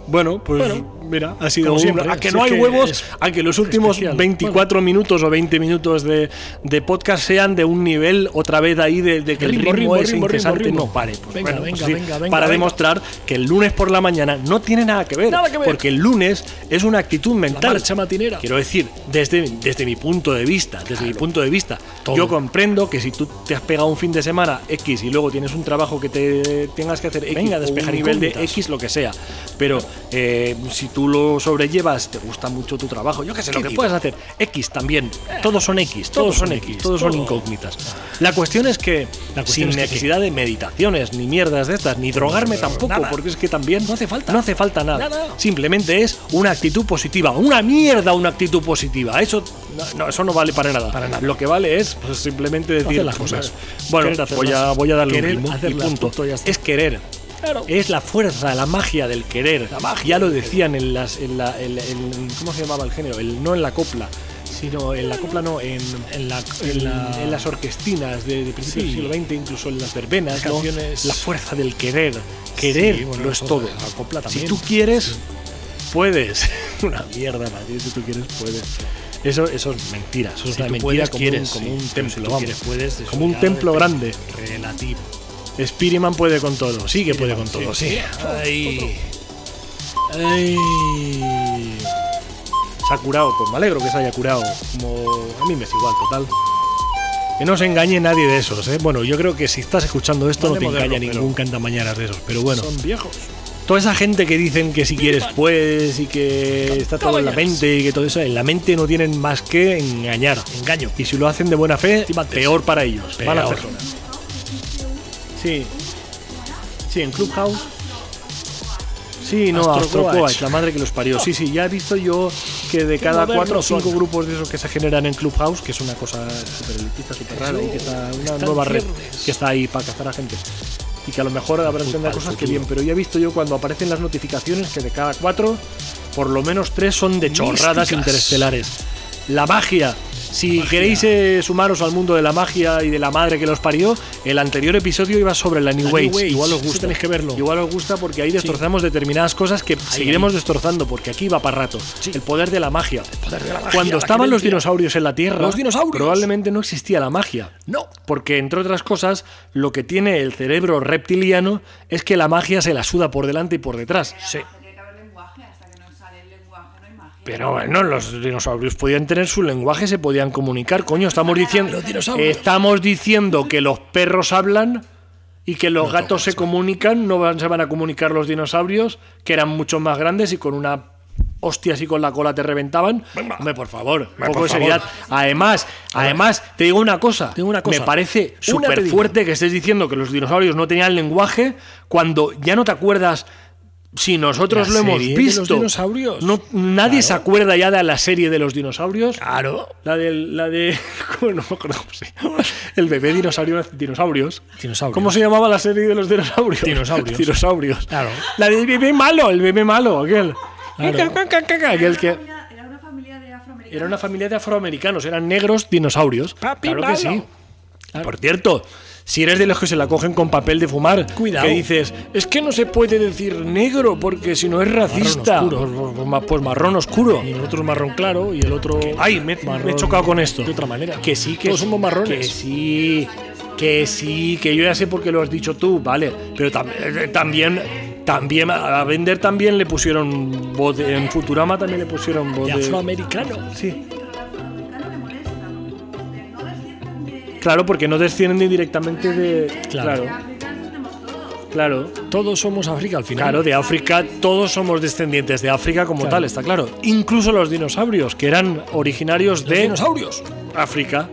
[SPEAKER 3] bueno, pues mira, ha sido
[SPEAKER 2] como
[SPEAKER 3] un-
[SPEAKER 2] siempre,
[SPEAKER 3] a que
[SPEAKER 2] si es
[SPEAKER 3] no hay
[SPEAKER 2] que
[SPEAKER 3] huevos,
[SPEAKER 2] es
[SPEAKER 3] a Ah, que los últimos
[SPEAKER 2] especial.
[SPEAKER 3] 24 minutos o 20 minutos de, de podcast sean de un nivel otra vez ahí de, de que el
[SPEAKER 2] Ritmo, ritmo,
[SPEAKER 3] ritmo, es
[SPEAKER 2] ritmo,
[SPEAKER 3] incesante,
[SPEAKER 2] ritmo, ritmo.
[SPEAKER 3] no pare. Pues
[SPEAKER 2] Venga,
[SPEAKER 3] bueno, pues
[SPEAKER 2] venga,
[SPEAKER 3] sí,
[SPEAKER 2] venga, venga,
[SPEAKER 3] para
[SPEAKER 2] venga.
[SPEAKER 3] demostrar que el lunes por la mañana no tiene nada que ver,
[SPEAKER 2] Nada que ver.
[SPEAKER 3] porque el lunes es una actitud mental.
[SPEAKER 2] marcha matinera.
[SPEAKER 3] Quiero decir, desde, desde mi punto de vista, desde mi punto de vista, yo comprendo que si tú te has pegado un fin de semana X y luego tienes un trabajo que te tengas que hacer X,
[SPEAKER 2] Venga,
[SPEAKER 3] o
[SPEAKER 2] despejar
[SPEAKER 3] un nivel de
[SPEAKER 2] incógnitas.
[SPEAKER 3] X, lo que sea. Pero eh, si tú lo sobrellevas, te gusta mucho tu trabajo, yo qué sé, lo que
[SPEAKER 2] digo?
[SPEAKER 3] puedas hacer. X también, todos son X, todos, son X, todos son
[SPEAKER 2] todo.
[SPEAKER 3] incógnitas. La cuestión es que
[SPEAKER 2] La cuestión
[SPEAKER 3] sin
[SPEAKER 2] es que
[SPEAKER 3] necesidad de meditaciones, ni mierdas de estas, ni drogarme tampoco,
[SPEAKER 2] Nada.
[SPEAKER 3] porque es que también
[SPEAKER 2] No hace falta.
[SPEAKER 3] no hace falta nada.
[SPEAKER 2] Nada.
[SPEAKER 3] Simplemente es una actitud positiva. Una mierda una actitud positiva. Eso no, no, eso no vale para nada.
[SPEAKER 2] Para nada.
[SPEAKER 3] Lo que vale es pues, simplemente decir
[SPEAKER 2] Hacer las cosas.
[SPEAKER 3] Bueno,
[SPEAKER 2] Querer hacerlas.
[SPEAKER 3] voy a, voy a darle
[SPEAKER 2] Querer
[SPEAKER 3] un ritmo y
[SPEAKER 2] hacerlas,
[SPEAKER 3] punto.
[SPEAKER 2] punto, ya está.
[SPEAKER 3] Es querer.
[SPEAKER 2] Claro.
[SPEAKER 3] Es la fuerza, la magia del querer. ya lo decían en las. En la, en- en- ¿Cómo se llamaba el género? El, no en la copla, sino en la copla, no, en, en, la- en la- en las orquestinas de, de principios
[SPEAKER 2] Sí.
[SPEAKER 3] del siglo XX, incluso en las verbenas. ¿no?
[SPEAKER 2] Canciones-
[SPEAKER 3] La fuerza del querer. Querer
[SPEAKER 2] Sí, bueno,
[SPEAKER 3] lo es
[SPEAKER 2] la
[SPEAKER 3] todo.
[SPEAKER 2] copla
[SPEAKER 3] si
[SPEAKER 2] también.
[SPEAKER 3] tú quieres, puedes. (laughs) Una mierda, Madrid, si tú quieres, puedes. Eso, eso es mentira. Eso es
[SPEAKER 2] Si
[SPEAKER 3] una
[SPEAKER 2] tú
[SPEAKER 3] mentira
[SPEAKER 2] puedes,
[SPEAKER 3] como,
[SPEAKER 2] quieres,
[SPEAKER 3] un, como
[SPEAKER 2] sí.
[SPEAKER 3] un
[SPEAKER 2] Pero si
[SPEAKER 3] templo,
[SPEAKER 2] tú
[SPEAKER 3] vamos.
[SPEAKER 2] quieres, puedes, eso
[SPEAKER 3] como un
[SPEAKER 2] ya
[SPEAKER 3] templo
[SPEAKER 2] depende.
[SPEAKER 3] grande. Relativo. Spiderman puede con todo, sí que puede con todo, sí.
[SPEAKER 2] Ay.
[SPEAKER 3] Ay. Se ha curado, pues me alegro que se haya curado. Como a mí me es igual, total. Que no se engañe nadie de esos, ¿eh? Bueno, yo creo que si estás escuchando esto
[SPEAKER 2] Van
[SPEAKER 3] no
[SPEAKER 2] de
[SPEAKER 3] te
[SPEAKER 2] moderno,
[SPEAKER 3] engaña ningún cantamañanas de esos, pero bueno.
[SPEAKER 2] Son viejos.
[SPEAKER 3] Toda esa gente que dicen que si quieres puedes y que está todo en la
[SPEAKER 2] Cantabañas.
[SPEAKER 3] mente y que todo eso, en la mente no tienen más que engañar.
[SPEAKER 2] Engaño.
[SPEAKER 3] Y si lo hacen de buena fe,
[SPEAKER 2] Timantes.
[SPEAKER 3] peor para ellos.
[SPEAKER 2] Peor.
[SPEAKER 3] Mala persona. Sí. Sí, en Clubhouse. Sí, no,
[SPEAKER 2] Astrocoach.
[SPEAKER 3] Astrocoach, la madre que los parió. Sí, sí, ya he visto yo que de cada
[SPEAKER 2] modernos
[SPEAKER 3] cuatro o cinco
[SPEAKER 2] son.
[SPEAKER 3] grupos de esos que se generan en Clubhouse, que es una cosa súper elitista, súper rara, y que está una
[SPEAKER 2] están
[SPEAKER 3] nueva red
[SPEAKER 2] ciernes.
[SPEAKER 3] que está ahí para cazar a gente. Y que a lo mejor habrá entendido cosas que bien, pero ya he visto yo cuando aparecen las notificaciones que de cada cuatro, por lo menos tres son de chorradas
[SPEAKER 2] Místicas.
[SPEAKER 3] interestelares. La magia. Si queréis eh, sumaros al mundo de la magia y de la madre que los parió, el anterior episodio iba sobre la New
[SPEAKER 2] La New
[SPEAKER 3] Age.
[SPEAKER 2] Age,
[SPEAKER 3] Igual os
[SPEAKER 2] ese
[SPEAKER 3] gusta.
[SPEAKER 2] tenéis que verlo.
[SPEAKER 3] Igual os gusta porque ahí destrozamos determinadas cosas que seguiremos destrozando porque aquí va para rato. El poder de la magia.
[SPEAKER 2] de la magia,
[SPEAKER 3] Cuando
[SPEAKER 2] la
[SPEAKER 3] estaban los
[SPEAKER 2] creencia.
[SPEAKER 3] dinosaurios en la Tierra,
[SPEAKER 2] Los dinosaurios.
[SPEAKER 3] probablemente no existía la magia.
[SPEAKER 2] No.
[SPEAKER 3] Porque, entre otras cosas, lo que tiene el cerebro reptiliano es que la magia se la suda por delante y por detrás.
[SPEAKER 2] Sí.
[SPEAKER 4] Tiene que haber lenguaje, hasta que no sale el lenguaje no hay magia.
[SPEAKER 3] Pero bueno, los dinosaurios podían tener su lenguaje, se podían comunicar, coño, estamos diciendo.
[SPEAKER 2] Los dinosaurios.
[SPEAKER 3] Estamos diciendo que los perros hablan y que los gatos se comunican, no van- se van a comunicar los dinosaurios, que eran mucho más grandes y con una hostia así con la cola te reventaban. Hombre, por favor, un poco
[SPEAKER 2] por
[SPEAKER 3] de seriedad. Además, además, te digo una cosa.
[SPEAKER 2] digo una cosa.
[SPEAKER 3] Me parece
[SPEAKER 2] Una
[SPEAKER 3] súper
[SPEAKER 2] pedida.
[SPEAKER 3] fuerte que estés diciendo que los dinosaurios no tenían lenguaje cuando ya no te acuerdas. Si nosotros
[SPEAKER 2] La
[SPEAKER 3] lo hemos
[SPEAKER 2] serie de los
[SPEAKER 3] visto,
[SPEAKER 2] dinosaurios.
[SPEAKER 3] No, nadie se acuerda ya de la serie de los dinosaurios.
[SPEAKER 2] Claro.
[SPEAKER 3] La de. La de (laughs) ¿cómo? no me acuerdo cómo se llama. El bebé dinosaurio. Dinosaurios.
[SPEAKER 2] Dinosaurios.
[SPEAKER 3] ¿Cómo se llamaba la serie de los dinosaurios?
[SPEAKER 2] Dinosaurios.
[SPEAKER 3] (laughs) Dinosaurios.
[SPEAKER 2] Claro.
[SPEAKER 3] La del bebé malo, el bebé malo, aquel.
[SPEAKER 2] Claro.
[SPEAKER 3] Aquel que.
[SPEAKER 4] Era era una familia de afroamericanos.
[SPEAKER 3] Era una familia de afroamericanos, eran negros dinosaurios.
[SPEAKER 2] Papi
[SPEAKER 3] claro que
[SPEAKER 2] malo.
[SPEAKER 3] sí. Por cierto, si eres de los que se la cogen con papel de fumar,
[SPEAKER 2] Cuidado.
[SPEAKER 3] que dices, es que no se puede decir negro porque si no es racista.
[SPEAKER 2] oscuro.
[SPEAKER 3] Pues, pues, pues ma- pues marrón oscuro.
[SPEAKER 2] Y el otro es marrón claro y el otro.
[SPEAKER 3] Ay, me, me he
[SPEAKER 2] marrón
[SPEAKER 3] chocado con esto.
[SPEAKER 2] De otra manera.
[SPEAKER 3] Que sí, que
[SPEAKER 2] Todos somos marrones.
[SPEAKER 3] Que sí, que sí, que yo ya sé por qué lo has dicho tú, vale. Pero tam- eh, también, también a a vender también le pusieron voz de- en Futurama también le pusieron voz
[SPEAKER 2] De
[SPEAKER 3] de-
[SPEAKER 2] afroamericano.
[SPEAKER 3] Sí.
[SPEAKER 4] Afroamericano le molesta, ¿no? De no descienden de.
[SPEAKER 3] Claro, porque no descienden directamente de.
[SPEAKER 2] Claro.
[SPEAKER 3] Claro,
[SPEAKER 4] África tenemos todos.
[SPEAKER 3] claro.
[SPEAKER 2] Todos somos África al final.
[SPEAKER 3] Claro, de África, todos somos descendientes de África como
[SPEAKER 2] Claro.
[SPEAKER 3] tal, está claro. Incluso los dinosaurios, que eran originarios
[SPEAKER 2] De
[SPEAKER 3] de
[SPEAKER 2] dinosaurios.
[SPEAKER 3] África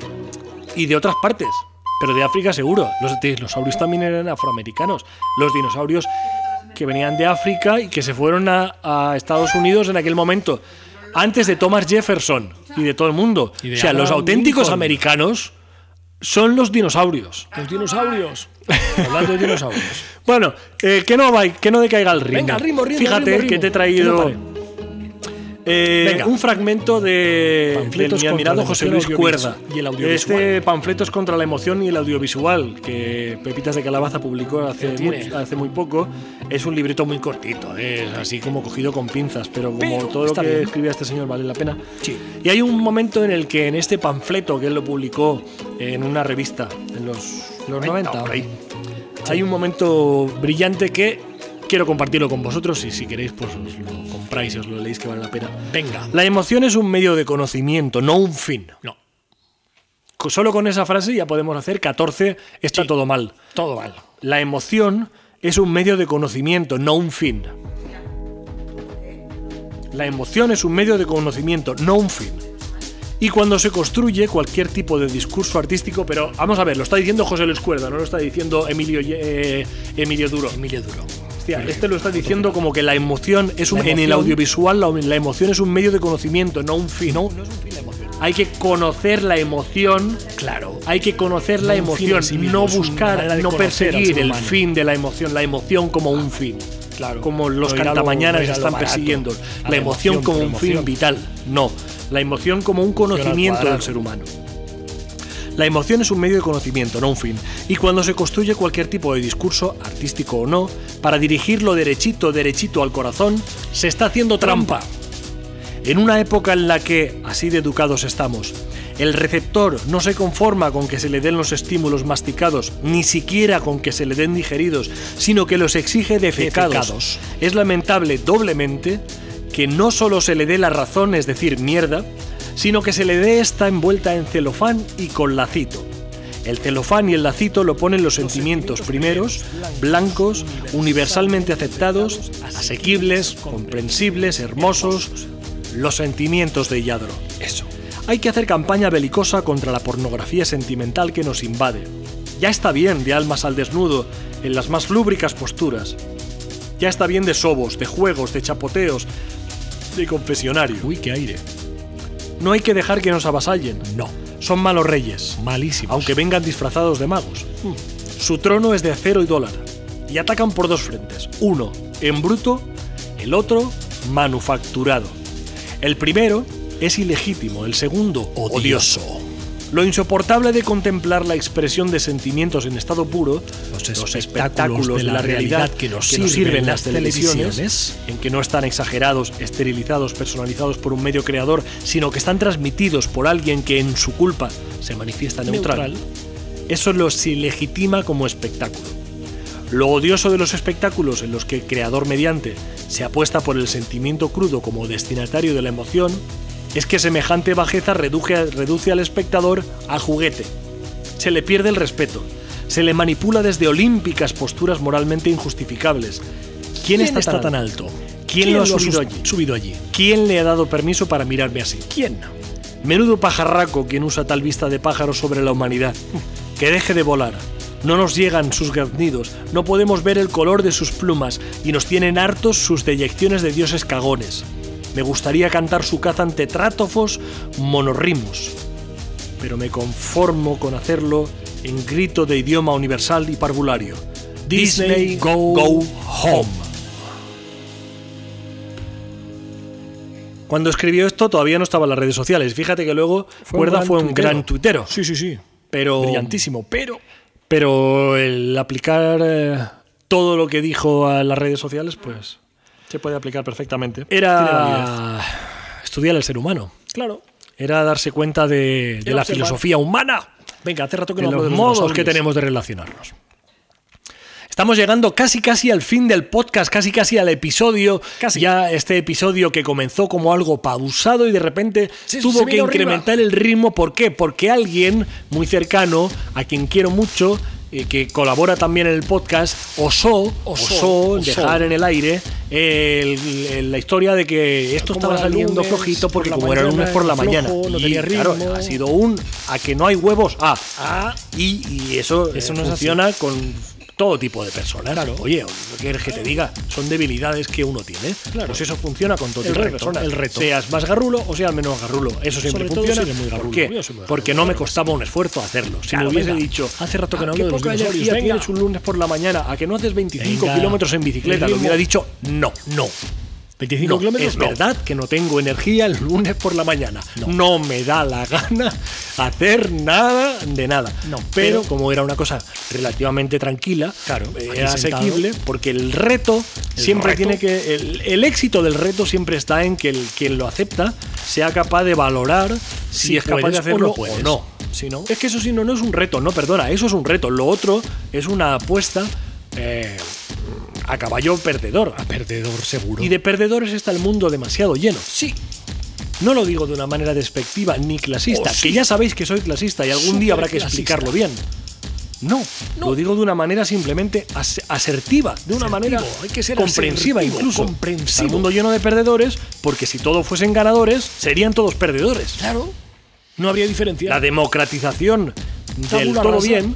[SPEAKER 3] y de otras partes. Pero de África seguro. Los dinosaurios también eran afroamericanos. Los dinosaurios que venían de África y que se fueron a, a Estados Unidos en aquel momento. Antes de Thomas Jefferson y de todo el mundo.
[SPEAKER 2] Y
[SPEAKER 3] O
[SPEAKER 2] de
[SPEAKER 3] sea, los
[SPEAKER 2] Abraham
[SPEAKER 3] auténticos
[SPEAKER 2] Lincoln.
[SPEAKER 3] americanos son los dinosaurios.
[SPEAKER 2] Los dinosaurios. Hablando de dinosaurios.
[SPEAKER 3] Bueno, eh, que no vai- que no decaiga el ritmo.
[SPEAKER 2] Venga, ritmo, ritmo,
[SPEAKER 3] Fíjate
[SPEAKER 2] ritmo, ritmo.
[SPEAKER 3] que te
[SPEAKER 2] Que
[SPEAKER 3] he
[SPEAKER 2] no
[SPEAKER 3] traído.
[SPEAKER 2] pare. Eh,
[SPEAKER 3] Venga.
[SPEAKER 2] Un fragmento de,
[SPEAKER 3] Panfletos
[SPEAKER 2] del admirado
[SPEAKER 3] contra la
[SPEAKER 2] José Luis
[SPEAKER 3] emoción
[SPEAKER 2] Cuerda.
[SPEAKER 3] audiovisual- y el audiovisual.
[SPEAKER 2] Este Panfletos contra la emoción y el audiovisual, que Pepitas de Calabaza publicó hace
[SPEAKER 3] Que
[SPEAKER 2] muy,
[SPEAKER 3] tiene.
[SPEAKER 2] hace muy poco, es un librito muy cortito, eh, así como cogido con pinzas, pero como
[SPEAKER 3] Pero
[SPEAKER 2] todo lo
[SPEAKER 3] está
[SPEAKER 2] que
[SPEAKER 3] bien.
[SPEAKER 2] escribía este señor vale la pena.
[SPEAKER 3] Sí.
[SPEAKER 2] Y hay un momento en el que en este panfleto que él lo publicó en una revista en los, los 90,
[SPEAKER 3] por ahí.
[SPEAKER 2] hay un momento brillante que quiero compartirlo con vosotros y si queréis pues os lo compráis y os lo leéis que vale la pena.
[SPEAKER 3] Venga.
[SPEAKER 2] La emoción es un medio de conocimiento, no un fin.
[SPEAKER 3] No,
[SPEAKER 2] Co- Solo con esa frase ya podemos hacer 14, está
[SPEAKER 3] Sí.
[SPEAKER 2] todo mal.
[SPEAKER 3] todo mal.
[SPEAKER 2] La emoción es un medio de conocimiento, no un fin. La emoción es un medio de conocimiento, no un fin. Y cuando se construye cualquier tipo de discurso artístico, pero vamos a ver, lo está diciendo José Luis Cuerda, no lo está diciendo Emilio, Ye- eh, Emilio Duro.
[SPEAKER 3] Emilio Duro.
[SPEAKER 2] Hostia, este lo está diciendo como que la emoción es un
[SPEAKER 3] La
[SPEAKER 2] en el
[SPEAKER 3] emoción-
[SPEAKER 2] audiovisual la, la emoción es un medio de conocimiento, no un fin.
[SPEAKER 3] No es un fin la emoción.
[SPEAKER 2] Hay que conocer la emoción
[SPEAKER 3] Claro.
[SPEAKER 2] hay que conocer la
[SPEAKER 3] No un fin
[SPEAKER 2] emoción,
[SPEAKER 3] en sí mismo,
[SPEAKER 2] no
[SPEAKER 3] es una manera
[SPEAKER 2] buscar,
[SPEAKER 3] de
[SPEAKER 2] no
[SPEAKER 3] conocer al
[SPEAKER 2] perseguir
[SPEAKER 3] ser
[SPEAKER 2] el
[SPEAKER 3] humano.
[SPEAKER 2] fin de la emoción, la emoción como un fin.
[SPEAKER 3] Claro.
[SPEAKER 2] Como los
[SPEAKER 3] No ir a lo-
[SPEAKER 2] cantamañanas
[SPEAKER 3] no ir a lo
[SPEAKER 2] están
[SPEAKER 3] barato,
[SPEAKER 2] persiguiendo.
[SPEAKER 3] a
[SPEAKER 2] La
[SPEAKER 3] la
[SPEAKER 2] emoción
[SPEAKER 3] emoción
[SPEAKER 2] como
[SPEAKER 3] por
[SPEAKER 2] un fin
[SPEAKER 3] emoción.
[SPEAKER 2] vital. No. La emoción como un conocimiento
[SPEAKER 3] cuadrado.
[SPEAKER 2] del ser humano. La emoción es un medio de conocimiento, no un fin. Y cuando se construye cualquier tipo de discurso, artístico o no, para dirigirlo derechito, derechito al corazón, se está haciendo trampa. En una época en la que, así de educados estamos, el receptor no se conforma con que se le den los estímulos masticados, ni siquiera con que se le den digeridos, sino que los exige defecados.
[SPEAKER 3] Defecados.
[SPEAKER 2] Es lamentable doblemente que no solo se le dé la razón, es decir, mierda, sino que se le dé esta envuelta en celofán y con lacito. El celofán y el lacito lo ponen los sentimientos primeros, blancos, universalmente aceptados, asequibles, comprensibles, hermosos, los sentimientos de Yadro.
[SPEAKER 3] Eso.
[SPEAKER 2] Hay que hacer campaña belicosa contra la pornografía sentimental que nos invade. Ya está bien de almas al desnudo, en las más lúbricas posturas. Ya está bien de sobos, de juegos, de chapoteos, de confesionario.
[SPEAKER 3] Uy, qué aire.
[SPEAKER 2] No hay que dejar que nos avasallen.
[SPEAKER 3] No.
[SPEAKER 2] Son malos reyes,
[SPEAKER 3] Malísimo.
[SPEAKER 2] aunque vengan disfrazados de magos.
[SPEAKER 3] Hmm.
[SPEAKER 2] Su trono es de acero y dólar. Y atacan por dos frentes. Uno, en bruto, el otro, manufacturado. El primero es ilegítimo, el segundo, odioso. Lo insoportable de contemplar la expresión de sentimientos en estado puro,
[SPEAKER 3] Los espectáculos de la realidad que nos sirven las televisiones,
[SPEAKER 2] en que no están exagerados, esterilizados, personalizados por un medio creador, sino que están transmitidos por alguien que en su culpa se manifiesta neutral,
[SPEAKER 3] Neutral.
[SPEAKER 2] eso los ilegitima como espectáculo. Lo odioso de los espectáculos en los que creador mediante se apuesta por el sentimiento crudo como destinatario de la emoción es que semejante bajeza reduce, reduce al espectador a juguete. Se le pierde el respeto, se le manipula desde olímpicas posturas moralmente injustificables. ¿Quién, está, tan, alto? ¿Quién, lo ha subido
[SPEAKER 3] sus-
[SPEAKER 2] allí?
[SPEAKER 3] Subido allí.
[SPEAKER 2] ¿Quién le ha dado permiso para mirarme así?
[SPEAKER 3] ¿Quién?
[SPEAKER 2] Menudo pajarraco quien usa tal vista de pájaro sobre la humanidad. (laughs) Que deje de volar. No nos llegan sus graznidos, no podemos ver el color de sus plumas y nos tienen hartos sus deyecciones de dioses cagones. Me gustaría cantar su caza ante trátofos monorrimos, pero me conformo con hacerlo en grito de idioma universal y parvulario. Disney, go, home. Cuando escribió esto todavía no estaba en las redes sociales. Fíjate que luego Cuerda fue un gran tuitero.
[SPEAKER 3] Sí, sí, sí.
[SPEAKER 2] Pero,
[SPEAKER 3] Brillantísimo, pero.
[SPEAKER 2] pero el aplicar eh, todo lo que dijo a las redes sociales, pues
[SPEAKER 3] Se puede aplicar perfectamente. Tiene validez.
[SPEAKER 2] era estudiar al ser humano.
[SPEAKER 3] Claro.
[SPEAKER 2] Era darse cuenta de, de
[SPEAKER 3] Era
[SPEAKER 2] la
[SPEAKER 3] observar.
[SPEAKER 2] filosofía humana,
[SPEAKER 3] Venga, hace rato que
[SPEAKER 2] de
[SPEAKER 3] no hablo
[SPEAKER 2] los
[SPEAKER 3] de
[SPEAKER 2] modos
[SPEAKER 3] dinosaurios.
[SPEAKER 2] que tenemos de relacionarnos. Estamos llegando casi casi al fin del podcast, casi casi al episodio.
[SPEAKER 3] Casi.
[SPEAKER 2] Ya este episodio que comenzó como algo pausado y de repente
[SPEAKER 3] Sí, se
[SPEAKER 2] tuvo que
[SPEAKER 3] vino arriba.
[SPEAKER 2] incrementar el ritmo. ¿Por qué? Porque alguien muy cercano, a quien quiero mucho, y que colabora también en el podcast, osó, osó,
[SPEAKER 3] osó.
[SPEAKER 2] dejar en el aire eh, el- el- la historia de que esto
[SPEAKER 3] Como
[SPEAKER 2] estaba
[SPEAKER 3] era
[SPEAKER 2] saliendo
[SPEAKER 3] lunes,
[SPEAKER 2] flojito porque
[SPEAKER 3] por la
[SPEAKER 2] como era
[SPEAKER 3] mañana,
[SPEAKER 2] lunes por la
[SPEAKER 3] era
[SPEAKER 2] mañana.
[SPEAKER 3] flojo, no
[SPEAKER 2] Y,
[SPEAKER 3] tenía
[SPEAKER 2] claro,
[SPEAKER 3] ritmo.
[SPEAKER 2] ha sido un a que no hay huevos. Ah,
[SPEAKER 3] Ah,
[SPEAKER 2] y, y eso,
[SPEAKER 3] Eso
[SPEAKER 2] eh,
[SPEAKER 3] no es así.
[SPEAKER 2] funciona con todo tipo de personas. Oye, ¿qué quieres que te diga? Son debilidades que uno tiene.
[SPEAKER 3] Claro.
[SPEAKER 2] Pues eso funciona con todo
[SPEAKER 3] El
[SPEAKER 2] tipo de
[SPEAKER 3] reto,
[SPEAKER 2] personas.
[SPEAKER 3] el reto.
[SPEAKER 2] Seas más garrulo o seas menos garrulo. Eso siempre
[SPEAKER 3] Sobre todo
[SPEAKER 2] funciona.
[SPEAKER 3] si eres muy garrulo.
[SPEAKER 2] ¿Por qué?
[SPEAKER 3] Yo soy muy
[SPEAKER 2] Porque no me costaba un esfuerzo hacerlo. Si
[SPEAKER 3] Claro,
[SPEAKER 2] me hubiese
[SPEAKER 3] venga.
[SPEAKER 2] dicho,
[SPEAKER 3] Hace rato que
[SPEAKER 2] "Ah,
[SPEAKER 3] no
[SPEAKER 2] qué
[SPEAKER 3] hablo de los
[SPEAKER 2] poca
[SPEAKER 3] dinosaurios,
[SPEAKER 2] energía
[SPEAKER 3] venga".
[SPEAKER 2] tienes un lunes por la mañana, a que no haces 25
[SPEAKER 3] Venga.
[SPEAKER 2] kilómetros en bicicleta,
[SPEAKER 3] El
[SPEAKER 2] lo hubiera
[SPEAKER 3] ritmo.
[SPEAKER 2] dicho, no, no.
[SPEAKER 3] 25
[SPEAKER 2] No,
[SPEAKER 3] kilómetros.
[SPEAKER 2] Es
[SPEAKER 3] no.
[SPEAKER 2] verdad que no tengo energía el lunes por la mañana. No, me da la gana hacer nada de nada.
[SPEAKER 3] No,
[SPEAKER 2] pero,
[SPEAKER 3] pero-
[SPEAKER 2] como era una cosa relativamente tranquila,
[SPEAKER 3] Claro, aquí
[SPEAKER 2] era
[SPEAKER 3] sentado.
[SPEAKER 2] asequible, porque el reto
[SPEAKER 3] El
[SPEAKER 2] siempre
[SPEAKER 3] reto.
[SPEAKER 2] tiene que. El, el éxito del reto siempre está en que el, quien lo acepta sea capaz de valorar si,
[SPEAKER 3] Si
[SPEAKER 2] es capaz
[SPEAKER 3] puedes
[SPEAKER 2] de
[SPEAKER 3] o
[SPEAKER 2] hacerlo
[SPEAKER 3] no
[SPEAKER 2] o no.
[SPEAKER 3] puedes.
[SPEAKER 2] Si no- Es que eso sí no, no es un reto, no, perdona, eso es un reto. Lo otro es una apuesta. eh, a caballo perdedor,
[SPEAKER 3] Perdedor seguro.
[SPEAKER 2] y de perdedores está el mundo demasiado lleno.
[SPEAKER 3] Sí.
[SPEAKER 2] No lo digo de una manera despectiva ni clasista,
[SPEAKER 3] Oh, sí.
[SPEAKER 2] que ya sabéis que soy clasista y algún día habrá que
[SPEAKER 3] Superclasista.
[SPEAKER 2] explicarlo bien. No, lo digo de una manera simplemente as- asertiva, de una
[SPEAKER 3] Asertivo,
[SPEAKER 2] manera
[SPEAKER 3] hay que ser
[SPEAKER 2] comprensiva
[SPEAKER 3] asertivo,
[SPEAKER 2] incluso.
[SPEAKER 3] comprensivo.
[SPEAKER 2] Al mundo lleno de perdedores, porque si todos fuesen ganadores, serían todos perdedores.
[SPEAKER 3] Claro. No habría diferencia.
[SPEAKER 2] La democratización del
[SPEAKER 3] Tabula
[SPEAKER 2] todo
[SPEAKER 3] rasa.
[SPEAKER 2] bien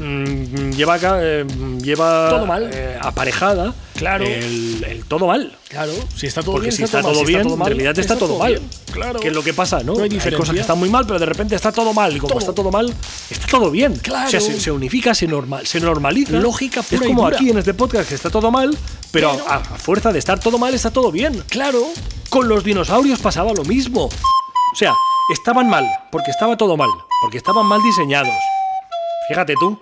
[SPEAKER 2] mm, lleva, acá, eh, lleva
[SPEAKER 3] Todo mal.
[SPEAKER 2] eh, aparejada
[SPEAKER 3] Claro.
[SPEAKER 2] el- el todo mal.
[SPEAKER 3] Claro. Si está todo
[SPEAKER 2] Porque
[SPEAKER 3] bien,
[SPEAKER 2] si está,
[SPEAKER 3] mal.
[SPEAKER 2] todo
[SPEAKER 3] Si
[SPEAKER 2] bien,
[SPEAKER 3] mal,
[SPEAKER 2] en realidad está, todo, mal.
[SPEAKER 3] bien. Claro.
[SPEAKER 2] Que es lo que pasa, ¿no?
[SPEAKER 3] No
[SPEAKER 2] cosas
[SPEAKER 3] hay
[SPEAKER 2] que
[SPEAKER 3] diferencia.
[SPEAKER 2] están muy mal, pero de repente está todo mal. Y como
[SPEAKER 3] Todo.
[SPEAKER 2] está todo mal, está todo bien.
[SPEAKER 3] Claro.
[SPEAKER 2] O sea, se, se unifica, se, normal, se normaliza.
[SPEAKER 3] Lógica pura
[SPEAKER 2] Es
[SPEAKER 3] y
[SPEAKER 2] como
[SPEAKER 3] dura.
[SPEAKER 2] aquí en este podcast que está todo mal, pero,
[SPEAKER 3] Pero-
[SPEAKER 2] A, a fuerza de estar todo mal, está todo bien.
[SPEAKER 3] Claro.
[SPEAKER 2] Con los dinosaurios pasaba lo mismo. O sea, estaban mal, porque estaba todo mal, porque estaban mal diseñados. Fíjate tú,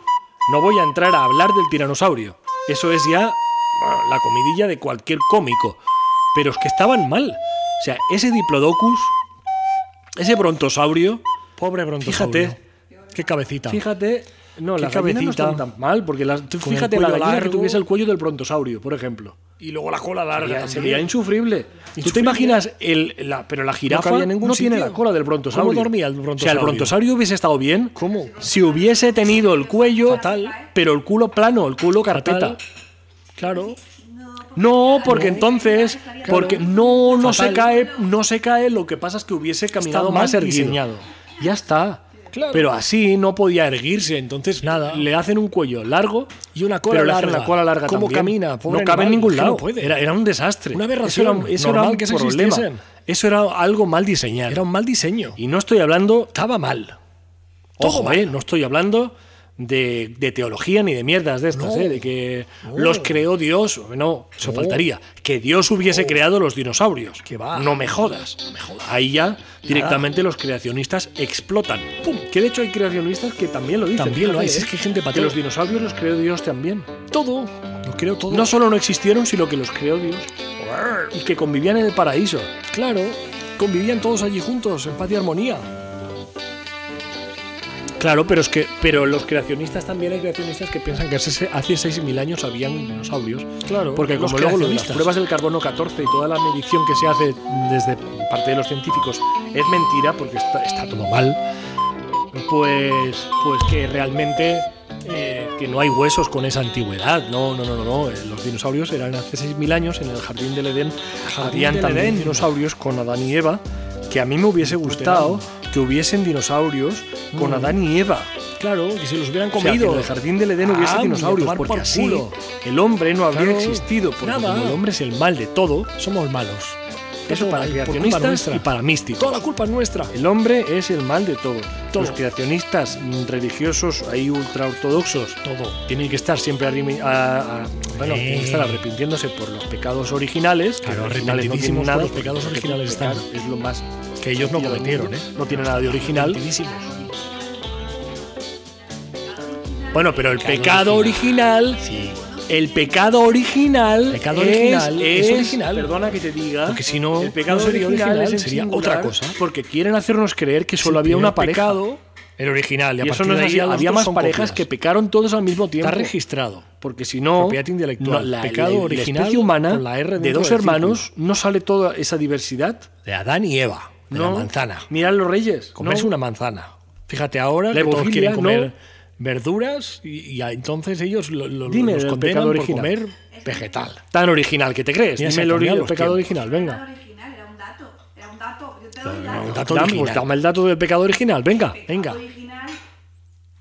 [SPEAKER 2] no voy a entrar a hablar del tiranosaurio. Eso es ya bueno, la comidilla de cualquier cómico. Pero es que estaban mal. O sea, ese Diplodocus, ese brontosaurio,
[SPEAKER 3] Pobre brontosaurio.
[SPEAKER 2] Fíjate.
[SPEAKER 3] Qué cabecita.
[SPEAKER 2] fíjate, no,
[SPEAKER 3] Qué
[SPEAKER 2] la cabecita no
[SPEAKER 3] cabecita.
[SPEAKER 2] estaban tan mal, porque las- tú
[SPEAKER 3] Con el
[SPEAKER 2] fíjate la
[SPEAKER 3] cuello
[SPEAKER 2] gallina que
[SPEAKER 3] largo.
[SPEAKER 2] tuviese el cuello del brontosaurio, por ejemplo.
[SPEAKER 3] Y luego la cola larga.
[SPEAKER 2] Sería, sería insufrible. ¿Tú te
[SPEAKER 3] Insufrible.
[SPEAKER 2] imaginas? El, la, pero la jirafa
[SPEAKER 3] cabía
[SPEAKER 2] no,
[SPEAKER 3] en ningún
[SPEAKER 2] tiene
[SPEAKER 3] sitio.
[SPEAKER 2] la cola del brontosaurio.
[SPEAKER 3] ¿Cómo dormía el
[SPEAKER 2] O sea, el
[SPEAKER 3] brontosaurio?
[SPEAKER 2] brontosaurio hubiese estado bien.
[SPEAKER 3] ¿Cómo?
[SPEAKER 2] Si hubiese tenido el cuello, pero el culo plano, el culo carpeta.
[SPEAKER 3] Fatal. Claro.
[SPEAKER 2] No, porque entonces, porque no, no se
[SPEAKER 3] Fatal.
[SPEAKER 2] cae, no se cae. Lo que pasa es que hubiese caminado
[SPEAKER 3] mal
[SPEAKER 2] más erguido.
[SPEAKER 3] diseñado.
[SPEAKER 2] Ya está.
[SPEAKER 3] Claro.
[SPEAKER 2] Pero así no podía erguirse, entonces
[SPEAKER 3] Nada.
[SPEAKER 2] Le hacen un cuello largo
[SPEAKER 3] Y una cola
[SPEAKER 2] pero le hacen
[SPEAKER 3] larga.
[SPEAKER 2] la cola larga
[SPEAKER 3] ¿Cómo
[SPEAKER 2] también.
[SPEAKER 3] camina? Pobre
[SPEAKER 2] no cabe en
[SPEAKER 3] animal,
[SPEAKER 2] ningún
[SPEAKER 3] que no
[SPEAKER 2] lado.
[SPEAKER 3] puede.
[SPEAKER 2] Era, era un desastre.
[SPEAKER 3] Una
[SPEAKER 2] Eso era,
[SPEAKER 3] aberración.
[SPEAKER 2] eso era
[SPEAKER 3] Normal
[SPEAKER 2] un
[SPEAKER 3] que se
[SPEAKER 2] problema.
[SPEAKER 3] existiesen.
[SPEAKER 2] Eso era algo mal diseñado.
[SPEAKER 3] Era un mal diseño.
[SPEAKER 2] Y no estoy hablando.
[SPEAKER 3] Estaba mal.
[SPEAKER 2] Ojo,
[SPEAKER 3] mal.
[SPEAKER 2] eh, no estoy hablando de, de teología ni de mierdas de estas,
[SPEAKER 3] No.
[SPEAKER 2] eh, de que
[SPEAKER 3] No.
[SPEAKER 2] los creó Dios. No, eso faltaría. Que Dios hubiese creado los dinosaurios.
[SPEAKER 3] Que va.
[SPEAKER 2] No me jodas. Ahí ya directamente los creacionistas explotan. ¡Pum! Que de hecho hay creacionistas que también lo dicen.
[SPEAKER 3] También lo hay,
[SPEAKER 2] fíjate,
[SPEAKER 3] si es
[SPEAKER 2] eh,
[SPEAKER 3] que hay gente
[SPEAKER 2] Que
[SPEAKER 3] pateo.
[SPEAKER 2] los dinosaurios los creó Dios también.
[SPEAKER 3] Todo. Lo creo todo.
[SPEAKER 2] No solo no existieron, sino que los creó Dios. Y que convivían en el paraíso.
[SPEAKER 3] Claro. Convivían todos allí juntos, en paz y armonía.
[SPEAKER 2] Claro, pero es que. Pero los creacionistas también hay creacionistas que piensan que hace, hace 6.000 años habían dinosaurios.
[SPEAKER 3] Claro,
[SPEAKER 2] Porque
[SPEAKER 3] los
[SPEAKER 2] como luego lo de las
[SPEAKER 3] creacionistas.
[SPEAKER 2] pruebas del carbono 14 y toda la medición que se hace desde parte de los científicos es mentira porque está, está todo mal. Pues. Pues que realmente. eh, que no hay huesos con esa antigüedad. No, no, no, no. no. Eh, Los dinosaurios eran hace 6.000 años en el jardín del Edén. Habían
[SPEAKER 3] del
[SPEAKER 2] también
[SPEAKER 3] Edén. Pues
[SPEAKER 2] dinosaurios con Adán y Eva. Que a mí me hubiese gustado que hubiesen dinosaurios con Adán y Eva.
[SPEAKER 3] Mm. Claro, que si los hubieran
[SPEAKER 2] O sea, que
[SPEAKER 3] comido.
[SPEAKER 2] en el jardín del Edén hubiese
[SPEAKER 3] Ah,
[SPEAKER 2] dinosaurios,
[SPEAKER 3] tomar
[SPEAKER 2] porque
[SPEAKER 3] por
[SPEAKER 2] así
[SPEAKER 3] culo.
[SPEAKER 2] el hombre no habría
[SPEAKER 3] Claro,
[SPEAKER 2] existido, porque
[SPEAKER 3] nada.
[SPEAKER 2] como el hombre es el mal de todo,
[SPEAKER 3] Somos malos.
[SPEAKER 2] eso
[SPEAKER 3] Todo
[SPEAKER 2] para
[SPEAKER 3] mal, por culpa
[SPEAKER 2] creacionistas
[SPEAKER 3] nuestra.
[SPEAKER 2] y para místicos.
[SPEAKER 3] Toda la culpa es nuestra.
[SPEAKER 2] El hombre es el mal de todo.
[SPEAKER 3] Todo.
[SPEAKER 2] Los creacionistas mm, religiosos, ahí ultraortodoxos,
[SPEAKER 3] Todo.
[SPEAKER 2] tienen que estar siempre arrimi- a- a- bueno,
[SPEAKER 3] Eh.
[SPEAKER 2] tienen que estar arrepintiéndose por los pecados originales. que
[SPEAKER 3] Claro,
[SPEAKER 2] los originales no tienen
[SPEAKER 3] arrepentidísimos por
[SPEAKER 2] nada.
[SPEAKER 3] los pecados
[SPEAKER 2] porque
[SPEAKER 3] originales
[SPEAKER 2] pecar
[SPEAKER 3] están.
[SPEAKER 2] Es lo más
[SPEAKER 3] Que ellos no
[SPEAKER 2] sencillo del
[SPEAKER 3] cometieron,
[SPEAKER 2] mundo,
[SPEAKER 3] ¿eh?
[SPEAKER 2] No tiene nada de original.
[SPEAKER 3] Arrepentidísimos.
[SPEAKER 2] Bueno, pero el pecado original, el pecado original,
[SPEAKER 3] Pecado
[SPEAKER 2] es-
[SPEAKER 3] original es
[SPEAKER 2] es,
[SPEAKER 3] original.
[SPEAKER 2] Perdona que te diga,
[SPEAKER 3] Porque si no,
[SPEAKER 2] ¿Ah? el pecado
[SPEAKER 3] no sería
[SPEAKER 2] original,
[SPEAKER 3] original,
[SPEAKER 2] es en
[SPEAKER 3] sería
[SPEAKER 2] singular,
[SPEAKER 3] otra cosa.
[SPEAKER 2] porque quieren hacernos creer que solo
[SPEAKER 3] el
[SPEAKER 2] había
[SPEAKER 3] primer
[SPEAKER 2] una pareja.
[SPEAKER 3] pecado, el original. Y, a
[SPEAKER 2] Y eso
[SPEAKER 3] partir
[SPEAKER 2] no es
[SPEAKER 3] de ahí
[SPEAKER 2] así.
[SPEAKER 3] ya los
[SPEAKER 2] Había
[SPEAKER 3] dos
[SPEAKER 2] más
[SPEAKER 3] son
[SPEAKER 2] parejas
[SPEAKER 3] copias.
[SPEAKER 2] que pecaron todos al mismo tiempo.
[SPEAKER 3] Está registrado.
[SPEAKER 2] Porque si no,
[SPEAKER 3] Propiedad intelectual.
[SPEAKER 2] no, la,
[SPEAKER 3] Pecado
[SPEAKER 2] la- la
[SPEAKER 3] original
[SPEAKER 2] especie humana
[SPEAKER 3] con la R
[SPEAKER 2] de
[SPEAKER 3] dentro
[SPEAKER 2] dos
[SPEAKER 3] del
[SPEAKER 2] hermanos no sale toda esa diversidad.
[SPEAKER 3] De Adán y Eva. De
[SPEAKER 2] no,
[SPEAKER 3] la manzana.
[SPEAKER 2] Mirad los reyes.
[SPEAKER 3] Comerse
[SPEAKER 2] no.
[SPEAKER 3] una manzana. Fíjate ahora
[SPEAKER 2] La
[SPEAKER 3] que todos
[SPEAKER 2] hemofilia,
[SPEAKER 3] quieren comer verduras y, y a- entonces ellos lo, lo-
[SPEAKER 2] Dime
[SPEAKER 3] los
[SPEAKER 2] del
[SPEAKER 3] condenan
[SPEAKER 2] pecado
[SPEAKER 3] por
[SPEAKER 2] original.
[SPEAKER 3] comer vegetal.
[SPEAKER 2] Tan original que te crees.
[SPEAKER 3] Mira, se
[SPEAKER 2] Dime el,
[SPEAKER 3] han
[SPEAKER 2] ori-
[SPEAKER 3] cambiado
[SPEAKER 2] el
[SPEAKER 3] los
[SPEAKER 2] pecado
[SPEAKER 3] tiempos.
[SPEAKER 2] original, venga.
[SPEAKER 4] Era original, era un dato. Era un dato. Yo te doy
[SPEAKER 3] no,
[SPEAKER 4] dato.
[SPEAKER 3] un dato
[SPEAKER 2] Dame,
[SPEAKER 3] original.
[SPEAKER 2] pues dame el dato del pecado original, venga.
[SPEAKER 3] Venga.
[SPEAKER 4] Original.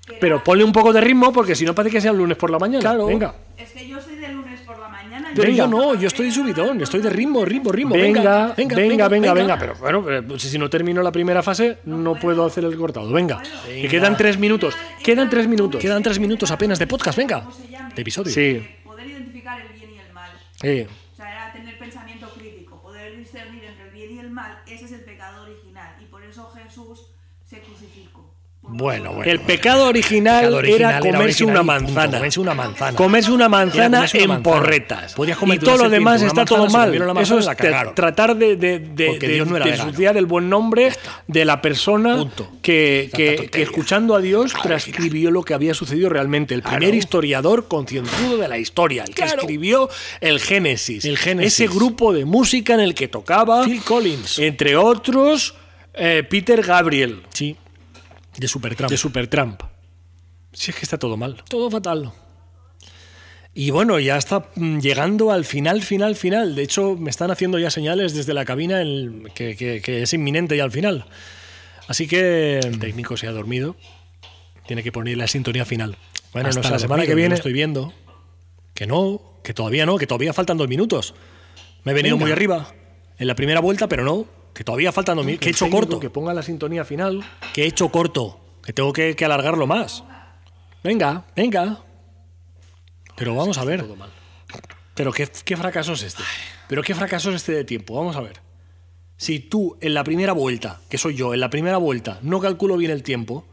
[SPEAKER 4] que
[SPEAKER 2] Pero
[SPEAKER 4] era-
[SPEAKER 2] ponle un poco de ritmo porque si no parece que sea el lunes por la mañana. Venga.
[SPEAKER 4] Es que yo soy de lunes por la mañana.
[SPEAKER 3] Pero
[SPEAKER 2] Venga.
[SPEAKER 3] yo no, yo estoy subidón, estoy de ritmo, ritmo, ritmo.
[SPEAKER 2] Venga, venga, venga, venga,
[SPEAKER 3] venga.
[SPEAKER 2] Pero bueno, pero eh, si si no termino la primera fase, no puedo hacer el cortado. Venga, que quedan tres minutos. Quedan tres minutos.
[SPEAKER 3] Quedan tres minutos apenas de podcast, venga. De episodio.
[SPEAKER 2] Sí.
[SPEAKER 4] Poder identificar el bien y el mal.
[SPEAKER 2] Eh,
[SPEAKER 4] O sea, era tener pensamiento crítico. mal, ese es el pecado original. Y por eso Jesús se crucificó. Por
[SPEAKER 3] Bueno,
[SPEAKER 4] nosotros.
[SPEAKER 3] bueno.
[SPEAKER 2] El pecado original,
[SPEAKER 3] pecado original
[SPEAKER 2] era
[SPEAKER 3] era
[SPEAKER 2] comerse
[SPEAKER 3] original
[SPEAKER 2] una
[SPEAKER 3] y punto,
[SPEAKER 2] manzana.
[SPEAKER 3] comerse una manzana.
[SPEAKER 2] Comerse una manzana
[SPEAKER 3] comerse una
[SPEAKER 2] en
[SPEAKER 3] manzana.
[SPEAKER 2] porretas.
[SPEAKER 3] Podías
[SPEAKER 2] y
[SPEAKER 3] comer
[SPEAKER 2] todo
[SPEAKER 3] durante
[SPEAKER 2] lo
[SPEAKER 3] ese
[SPEAKER 2] demás
[SPEAKER 3] tiempo, una
[SPEAKER 2] está todo
[SPEAKER 3] manzana, se
[SPEAKER 2] mal.
[SPEAKER 3] comieron la
[SPEAKER 2] Eso
[SPEAKER 3] manzana y
[SPEAKER 2] es
[SPEAKER 3] la
[SPEAKER 2] tra-
[SPEAKER 3] cagaron.
[SPEAKER 2] tratar de, de, de-
[SPEAKER 3] Porque
[SPEAKER 2] de-
[SPEAKER 3] Dios no era
[SPEAKER 2] de
[SPEAKER 3] vegano.
[SPEAKER 2] ensuciar el buen nombre de la persona
[SPEAKER 3] Punto.
[SPEAKER 2] que,
[SPEAKER 3] Tanta
[SPEAKER 2] que- que
[SPEAKER 3] tontería.
[SPEAKER 2] escuchando a Dios
[SPEAKER 3] Pecado
[SPEAKER 2] transcribió lo que había sucedido realmente. El primer
[SPEAKER 3] Claro.
[SPEAKER 2] historiador concienzudo de la historia, el que
[SPEAKER 3] Claro.
[SPEAKER 2] escribió el Génesis.
[SPEAKER 3] El Génesis.
[SPEAKER 2] Ese grupo de música en el que tocaba,
[SPEAKER 3] Phil Collins.
[SPEAKER 2] entre otros, eh, Peter Gabriel.
[SPEAKER 3] Sí. De Supertramp.
[SPEAKER 2] De Supertramp. Si es que está todo mal.
[SPEAKER 3] Todo fatal.
[SPEAKER 2] Y bueno, ya está mm, llegando al final, final, final. De hecho, me están haciendo ya señales desde la cabina el- que, que- que es inminente ya al final. Así que el técnico se ha dormido. Tiene que poner la sintonía final. Bueno,
[SPEAKER 3] Hasta
[SPEAKER 2] no sé,
[SPEAKER 3] la
[SPEAKER 2] la semana
[SPEAKER 3] dormida,
[SPEAKER 2] que
[SPEAKER 3] yo
[SPEAKER 2] viene
[SPEAKER 3] lo
[SPEAKER 2] estoy
[SPEAKER 3] estoy
[SPEAKER 2] viendo. Que no, que todavía no, que todavía faltan dos minutos. Me he venido
[SPEAKER 3] Venga.
[SPEAKER 2] muy arriba en la primera vuelta, pero no, que todavía faltan dos minutos. Que he hecho corto.
[SPEAKER 3] Que ponga la sintonía final.
[SPEAKER 2] Que he hecho corto. Que tengo que, que alargarlo más. Venga, venga. Pero vamos a ver. Pero qué, qué fracaso es este. Pero qué fracaso es este de tiempo. Vamos a ver. Si tú en la primera vuelta, que soy yo, en la primera vuelta, no calculo bien el tiempo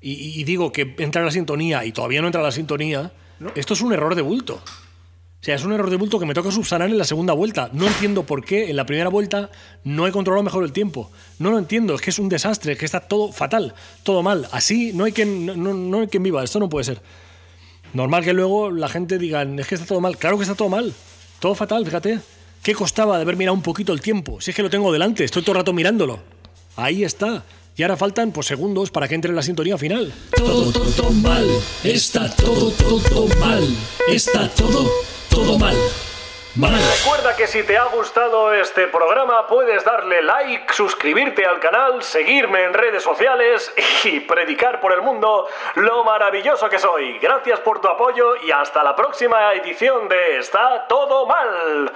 [SPEAKER 2] y, y- y digo que entra la sintonía y todavía no entra la sintonía, esto es un error de bulto. O sea, es un error de bulto que me toca subsanar en la segunda vuelta. No entiendo por qué en la primera vuelta no he controlado mejor el tiempo. No lo entiendo, es que es un desastre, es que está todo fatal, todo mal. Así no hay quien, no- no- no hay quien viva, esto no puede ser. Normal que luego la gente diga, es que está todo mal. Claro que está todo mal. Todo fatal, fíjate. ¿Qué costaba de haber mirado un poquito el tiempo? Si es que lo tengo delante, estoy todo el rato mirándolo. Ahí está. Y ahora faltan pues, segundos para que entre la sintonía final.
[SPEAKER 5] Todo, todo mal. Está todo, todo mal. Está todo, todo mal. Mal.
[SPEAKER 2] Recuerda que si te ha gustado este programa puedes darle like, suscribirte al canal, seguirme en redes sociales (laughs) y predicar por el mundo lo maravilloso que soy. Gracias por tu apoyo y hasta la próxima edición de Está todo mal.